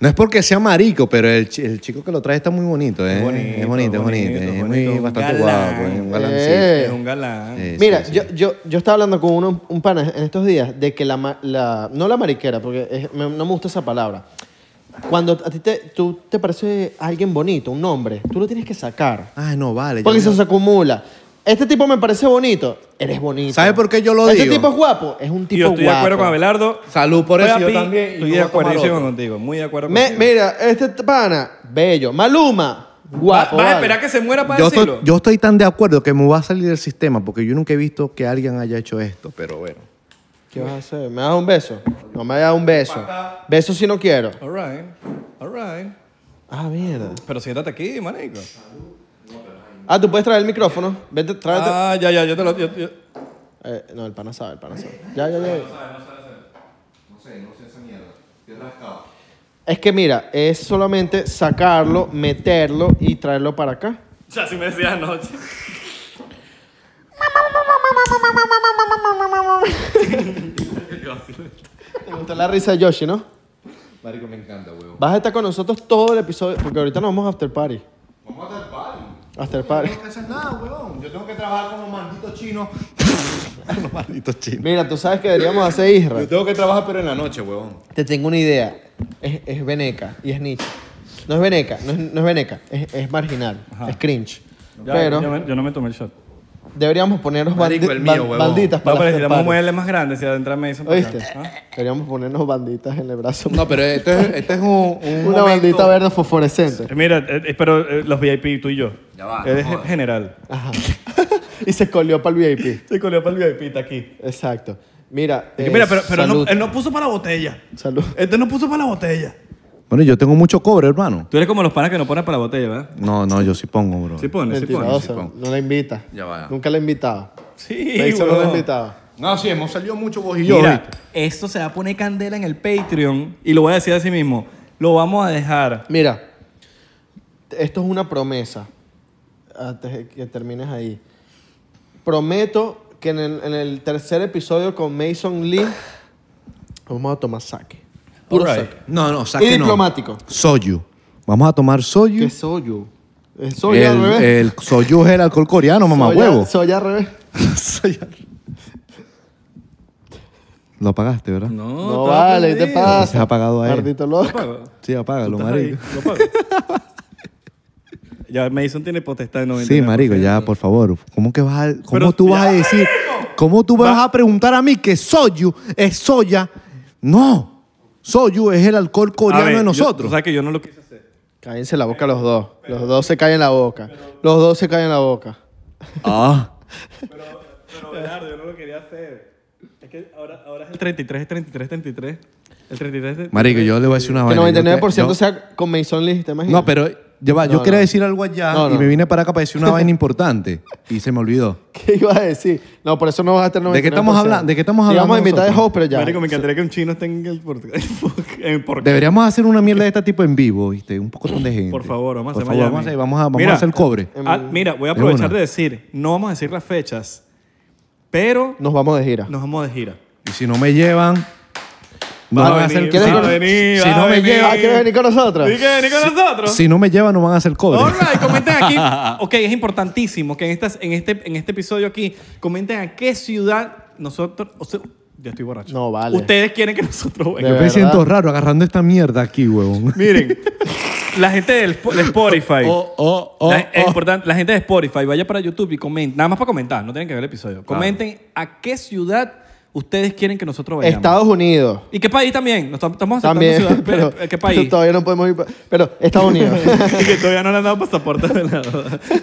Speaker 3: No es porque sea marico, pero el, chi- el chico que lo trae está muy bonito, ¿eh? Es bonito, es bonito, es
Speaker 1: bonito, bonito,
Speaker 3: muy
Speaker 1: un
Speaker 3: bastante
Speaker 1: galán.
Speaker 3: guapo, ¿eh? un
Speaker 2: Eh.
Speaker 3: galancito.
Speaker 1: Es un galán.
Speaker 3: Eh, Sí,
Speaker 2: Mira,
Speaker 3: sí, sí.
Speaker 2: Yo, yo, yo estaba hablando con uno, un pana en estos días de que la, ma- la- no la mariquera, porque es- me- no me gusta esa palabra. Cuando a ti te, tú te parece alguien bonito, un nombre, tú lo tienes que sacar.
Speaker 3: Ay, Ah, no, vale.
Speaker 2: Porque
Speaker 3: ya
Speaker 2: eso
Speaker 3: me-
Speaker 2: se acumula. Este tipo me parece bonito. Eres bonito.
Speaker 3: ¿Sabe por qué yo lo
Speaker 2: ¿Este
Speaker 3: digo?
Speaker 2: tipo es guapo. Es un tipo
Speaker 1: Y yo estoy
Speaker 2: guapo.
Speaker 1: de acuerdo con Abelardo.
Speaker 3: Salud por eso, yo
Speaker 1: Papi,
Speaker 3: también, y
Speaker 1: Estoy
Speaker 3: yo
Speaker 1: de
Speaker 3: voy a tomar
Speaker 1: acuerdo
Speaker 3: otro.
Speaker 1: contigo, muy de acuerdo
Speaker 2: Me-
Speaker 1: contigo.
Speaker 2: mira, este pana, bello. Maluma,
Speaker 1: Va-
Speaker 2: guapo.
Speaker 1: Vas a
Speaker 2: vale.
Speaker 1: esperar que se muera para
Speaker 3: Yo
Speaker 1: decirlo.
Speaker 3: estoy, yo estoy tan de acuerdo que me va a salir del sistema porque yo nunca he visto que alguien haya hecho esto, pero bueno.
Speaker 2: ¿Qué vas a hacer? ¿Me das un beso? No me das un beso. Beso si no quiero.
Speaker 1: All right, all right.
Speaker 2: Ah, mierda.
Speaker 1: Pero siéntate aquí, manico.
Speaker 2: Ah, tú puedes traer el micrófono. Vete, tráete.
Speaker 1: Ah, ya, ya, yo te lo... yo- yo-
Speaker 2: Eh, no, el pana sabe, el pana sabe. Ya, ya, ya. Es que mira, es solamente sacarlo, meterlo y traerlo para acá.
Speaker 1: O sea, si me decías anoche.
Speaker 2: Te gustó la risa de Yoshi, ¿no?
Speaker 3: Marico, me encanta, huevo.
Speaker 2: Vas a estar con nosotros todo el episodio, porque ahorita nos vamos a after party.
Speaker 3: Vamos a
Speaker 2: After party.
Speaker 3: No haces nada, weón. Yo tengo que trabajar como maldito chino. [laughs] Los malditos chinos.
Speaker 2: Mira, tú sabes que deberíamos hacer Isra.
Speaker 3: Yo tengo que trabajar, pero en la noche, weón.
Speaker 2: Te tengo una idea. Es, es veneca y es niche. No es veneca, no es, no es veneca, es, es marginal,
Speaker 1: Ajá.
Speaker 2: es cringe.
Speaker 1: Ya,
Speaker 2: pero
Speaker 1: yo, me- yo no me tomé el shot.
Speaker 2: deberíamos ponernos
Speaker 3: Marico,
Speaker 2: bandi-
Speaker 3: el mío,
Speaker 2: ban-
Speaker 3: huevón.
Speaker 2: banditas
Speaker 1: No,
Speaker 2: para
Speaker 1: pero
Speaker 2: el after
Speaker 1: necesitamos un
Speaker 2: party.
Speaker 1: mueble más grande si adentrarme eso. para acá.
Speaker 2: ¿Oíste?
Speaker 1: ¿Ah?
Speaker 2: Deberíamos ponernos banditas en el brazo.
Speaker 3: No, pero esto es, esto es un, un
Speaker 2: Una
Speaker 3: momento-
Speaker 2: bandita verde fosforescente.
Speaker 1: Eh, Mira, eh, eh, pero eh, los VIP, tú y yo.
Speaker 3: Ya va,
Speaker 1: Eres
Speaker 3: no jodas.
Speaker 1: general.
Speaker 2: Ajá. [laughs] y se escolió para el VIP.
Speaker 1: Se coló para el VIP, está aquí.
Speaker 2: Exacto. Mira,
Speaker 1: Y que
Speaker 2: eh,
Speaker 1: mira, pero, pero no,
Speaker 2: salud.
Speaker 1: él no puso para la botella.
Speaker 2: Salud.
Speaker 1: Este no puso para la botella.
Speaker 3: Bueno, yo tengo mucho cobre, hermano.
Speaker 1: Tú eres como los panas que no ponen para la botella, ¿verdad?
Speaker 3: No, no, yo sí pongo, bro.
Speaker 1: Sí pone, sí pone.
Speaker 2: Mentiroso,
Speaker 3: sí pone.
Speaker 2: no la invita.
Speaker 3: Ya va.
Speaker 2: Nunca la he invitado.
Speaker 1: Sí,
Speaker 2: Me hizo no la he
Speaker 1: huevón.
Speaker 2: invitado.
Speaker 3: No, sí, hemos salido mucho vos y yo.
Speaker 1: Mira,
Speaker 3: ¿viste?
Speaker 1: esto se va a poner candela en el Patreon y lo voy a decir así mismo. Lo vamos a dejar.
Speaker 2: Mira, esto es una promesa. Antes de que termines ahí. Prometo que en el, en el tercer episodio con Mason Lee vamos a tomar saque. Puro
Speaker 1: Alright.
Speaker 2: saque.
Speaker 3: No, no, saque
Speaker 2: Y
Speaker 3: no.
Speaker 2: diplomático.
Speaker 3: Soyu. Vamos a tomar soyu.
Speaker 2: ¿Qué soy yo? ¿Es soy al
Speaker 3: el,
Speaker 2: revés?
Speaker 3: el soyu es el alcohol coreano, mamá
Speaker 2: Soya-
Speaker 3: huevo.
Speaker 2: soya al revés.
Speaker 3: Soya. Lo apagaste, ¿verdad?
Speaker 1: No,
Speaker 2: No,
Speaker 1: te va a
Speaker 2: vale, ¿qué te
Speaker 1: perder.
Speaker 2: pasa?
Speaker 3: Se ha apagado ahí.
Speaker 2: Maldito
Speaker 1: Lo
Speaker 2: loco.
Speaker 1: pago.
Speaker 3: Sí, apágalo,
Speaker 1: Estás ahí,
Speaker 3: marico.
Speaker 1: lo pago. ya Mason tiene potestad de 90.
Speaker 3: Sí, marico, ya, por favor. ¿Cómo que vas a, cómo
Speaker 1: Pero
Speaker 3: tú
Speaker 1: ya,
Speaker 3: vas a decir, cómo tú vas a preguntar a mí que soyu es soya? No. Soyu es el alcohol coreano de
Speaker 1: O
Speaker 3: nosotros.
Speaker 1: sea que yo no lo quise hacer.
Speaker 2: Cállense la boca los dos. Los dos se callen la boca. Los dos se callen la boca.
Speaker 3: Ah.
Speaker 1: Pero Bernardo, yo no lo quería hacer. Es que ahora, ahora es el 33, es 33, 33. El 33 es
Speaker 3: Marico, yo le voy a decir una
Speaker 2: Que
Speaker 3: vaina. Yo
Speaker 2: 99%
Speaker 3: que- yo-
Speaker 2: sea con Mason Lee, ¿te imaginas?
Speaker 3: No, pero ya va, yo
Speaker 2: Eh, No,
Speaker 3: quería
Speaker 2: no.
Speaker 3: decir algo allá
Speaker 2: No, no.
Speaker 3: y me vine para acá para decir una vaina importante y se me olvidó.
Speaker 2: ¿Qué ibas a decir? No, por eso no vas a estar 99%.
Speaker 3: ¿De qué estamos hablando? ¿De qué estamos hablando
Speaker 2: Digamos en mitad de
Speaker 3: nosotros?
Speaker 2: host, pero ya.
Speaker 1: Marico, me encantaría que un chino esté [laughs] en el por- en por-
Speaker 3: Deberíamos hacer una mierda de este tipo en vivo, ¿viste? Un poco de gente.
Speaker 1: Por favor, vamos a
Speaker 3: Por
Speaker 1: hacer
Speaker 3: favor,
Speaker 1: Miami.
Speaker 3: vamos a, vamos a- vamos a
Speaker 1: Mira,
Speaker 3: hacer el cobre.
Speaker 1: ah, mira, voy a
Speaker 3: De
Speaker 1: aprovechar
Speaker 3: una.
Speaker 1: de decir, no vamos a decir las fechas, pero
Speaker 2: Nos vamos de gira.
Speaker 1: nos vamos de gira.
Speaker 3: Y si no me llevan, no
Speaker 1: Va a
Speaker 3: van a
Speaker 1: venir,
Speaker 3: hacer
Speaker 2: ¿quieres
Speaker 3: cobre.
Speaker 2: que-
Speaker 1: va a venir,
Speaker 3: si
Speaker 1: va
Speaker 3: no
Speaker 1: a
Speaker 3: me
Speaker 1: venir.
Speaker 3: llevan,
Speaker 2: Ah, ¿quieres venir con nosotros?
Speaker 1: ¿Y qué? ¿Ni con nosotros?
Speaker 3: si no me llevan, no van a hacer cobre.
Speaker 1: All right, comenten
Speaker 3: [laughs]
Speaker 1: aquí. Ok, es importantísimo que en, estas, en, este, en este episodio aquí comenten a qué ciudad nosotros... o sea, ya estoy borracho.
Speaker 2: No, vale.
Speaker 1: Ustedes quieren que nosotros...
Speaker 2: De
Speaker 3: Yo
Speaker 1: vengamos.
Speaker 3: me
Speaker 2: verdad.
Speaker 3: siento raro agarrando esta mierda aquí, huevón. [laughs]
Speaker 1: Miren, la gente del Sp- de Spotify...
Speaker 3: Oh, oh, oh,
Speaker 1: la, es [laughs]
Speaker 3: oh.
Speaker 1: importante, la gente de Spotify vaya para YouTube y comenten, nada más para comentar, no tienen que ver el episodio. Comenten a qué ciudad ustedes quieren que nosotros vayamos.
Speaker 2: Estados Unidos.
Speaker 1: ¿Y qué país también? Nos tam- estamos aceptando
Speaker 2: También.
Speaker 1: ciudad,
Speaker 2: [laughs] Pero,
Speaker 1: pero, ¿Qué país? [laughs]
Speaker 2: Todavía no podemos ir. pa- Pero Estados Unidos.
Speaker 1: y que todavía no le han dado pasaporte. ¿verdad?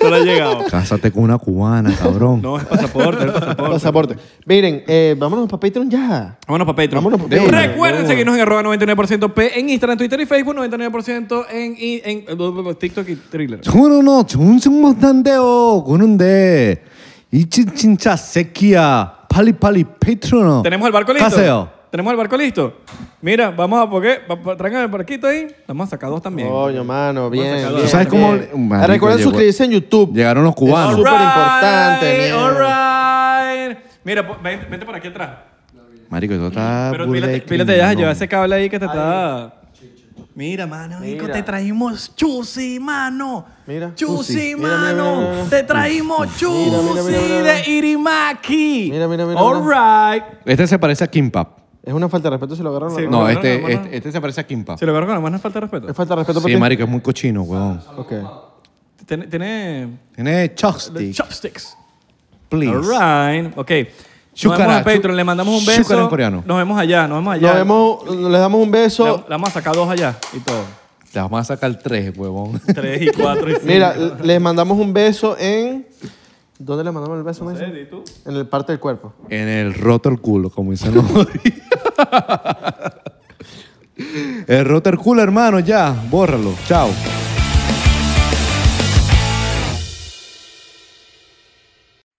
Speaker 1: No le ha llegado.
Speaker 3: Cásate con una cubana, cabrón.
Speaker 1: No, es pasaporte, es [laughs] pasaporte.
Speaker 2: [laughs] Pasaporte. Miren, eh, vámonos para Patreon ya.
Speaker 1: Vámonos para Patreon.
Speaker 2: Vámonos pa' Patreon.
Speaker 1: Recuerden seguirnos en arroba 99% P en Instagram, Twitter y Facebook, 99% en, y- en, eh, en TikTok y Thriller.
Speaker 3: 저는요 정승 못한대요 그런데 이 진- 진짜 새끼야 빨리빨리 페트로너
Speaker 1: ¿Tenemos el barco listo?
Speaker 3: 가세요
Speaker 1: ¿Tenemos el barco listo? Mira, vamos a... porque Traigan el barquito ahí. Vamos a sacar dos también.
Speaker 2: Coño, Oh, mano, bien.
Speaker 1: sacar
Speaker 2: bien,
Speaker 1: dos.
Speaker 3: ¿Sabes cómo- Uh,
Speaker 2: bien.
Speaker 3: Marico,
Speaker 2: Eh, Recuerden
Speaker 3: llegó-
Speaker 2: suscribirse en YouTube.
Speaker 3: llegaron los
Speaker 2: Es
Speaker 3: cubanos
Speaker 2: súper importante.
Speaker 1: All
Speaker 2: man.
Speaker 1: right. Mira, po- ven- vente por aquí atrás.
Speaker 3: marico eso está
Speaker 1: Pero
Speaker 3: burda
Speaker 1: pílate,
Speaker 3: de
Speaker 1: pílate ya,
Speaker 3: criminal.
Speaker 1: lleva ese cable ahí que te está... Mira, mano, hijo, te traímos chusi, mano.
Speaker 2: Mira.
Speaker 1: Chusi,
Speaker 2: Chusi. Mira, mira,
Speaker 1: mano.
Speaker 2: mira, mira.
Speaker 1: Te traímos chusi
Speaker 2: Mira, mira, mira, mira, mira.
Speaker 1: de Irimaki.
Speaker 2: Mira, mira, mira,
Speaker 1: All right.
Speaker 3: este se parece a Kimpap
Speaker 2: Es una falta de respeto si lo agarraron.
Speaker 1: Sí.
Speaker 2: la mano.
Speaker 3: no
Speaker 1: no,
Speaker 3: este,
Speaker 1: no, no.
Speaker 3: este este se parece a Kimpap
Speaker 1: Se lo agarro con la mano, falta de respeto.
Speaker 2: Es falta de respeto para
Speaker 3: sí
Speaker 2: ti.
Speaker 3: marico es muy cochino huevón
Speaker 2: Ok.
Speaker 1: Tiene, tiene
Speaker 3: tiene chopstick
Speaker 1: chopsticks.
Speaker 3: please
Speaker 1: All right. Ok. Nos
Speaker 3: Shukara,
Speaker 1: vemos en
Speaker 3: chu-
Speaker 1: Patreon, le mandamos un
Speaker 3: shukara
Speaker 1: beso.
Speaker 3: en coreano.
Speaker 1: Nos vemos allá, nos vemos allá.
Speaker 2: Nos vemos, les damos un
Speaker 1: Le,
Speaker 2: beso.
Speaker 1: le vamos a sacar dos allá y todo.
Speaker 3: te vamos a sacar tres huevón [laughs]
Speaker 1: Tres y cuatro y cinco.
Speaker 2: Mira, les mandamos un beso en. ¿Dónde le mandamos el beso, Mason?
Speaker 1: ¿Y tú?
Speaker 2: En el parte del cuerpo.
Speaker 3: en el roto el culo como dicen los [laughs] el roto el culo hermano ya bórralo chao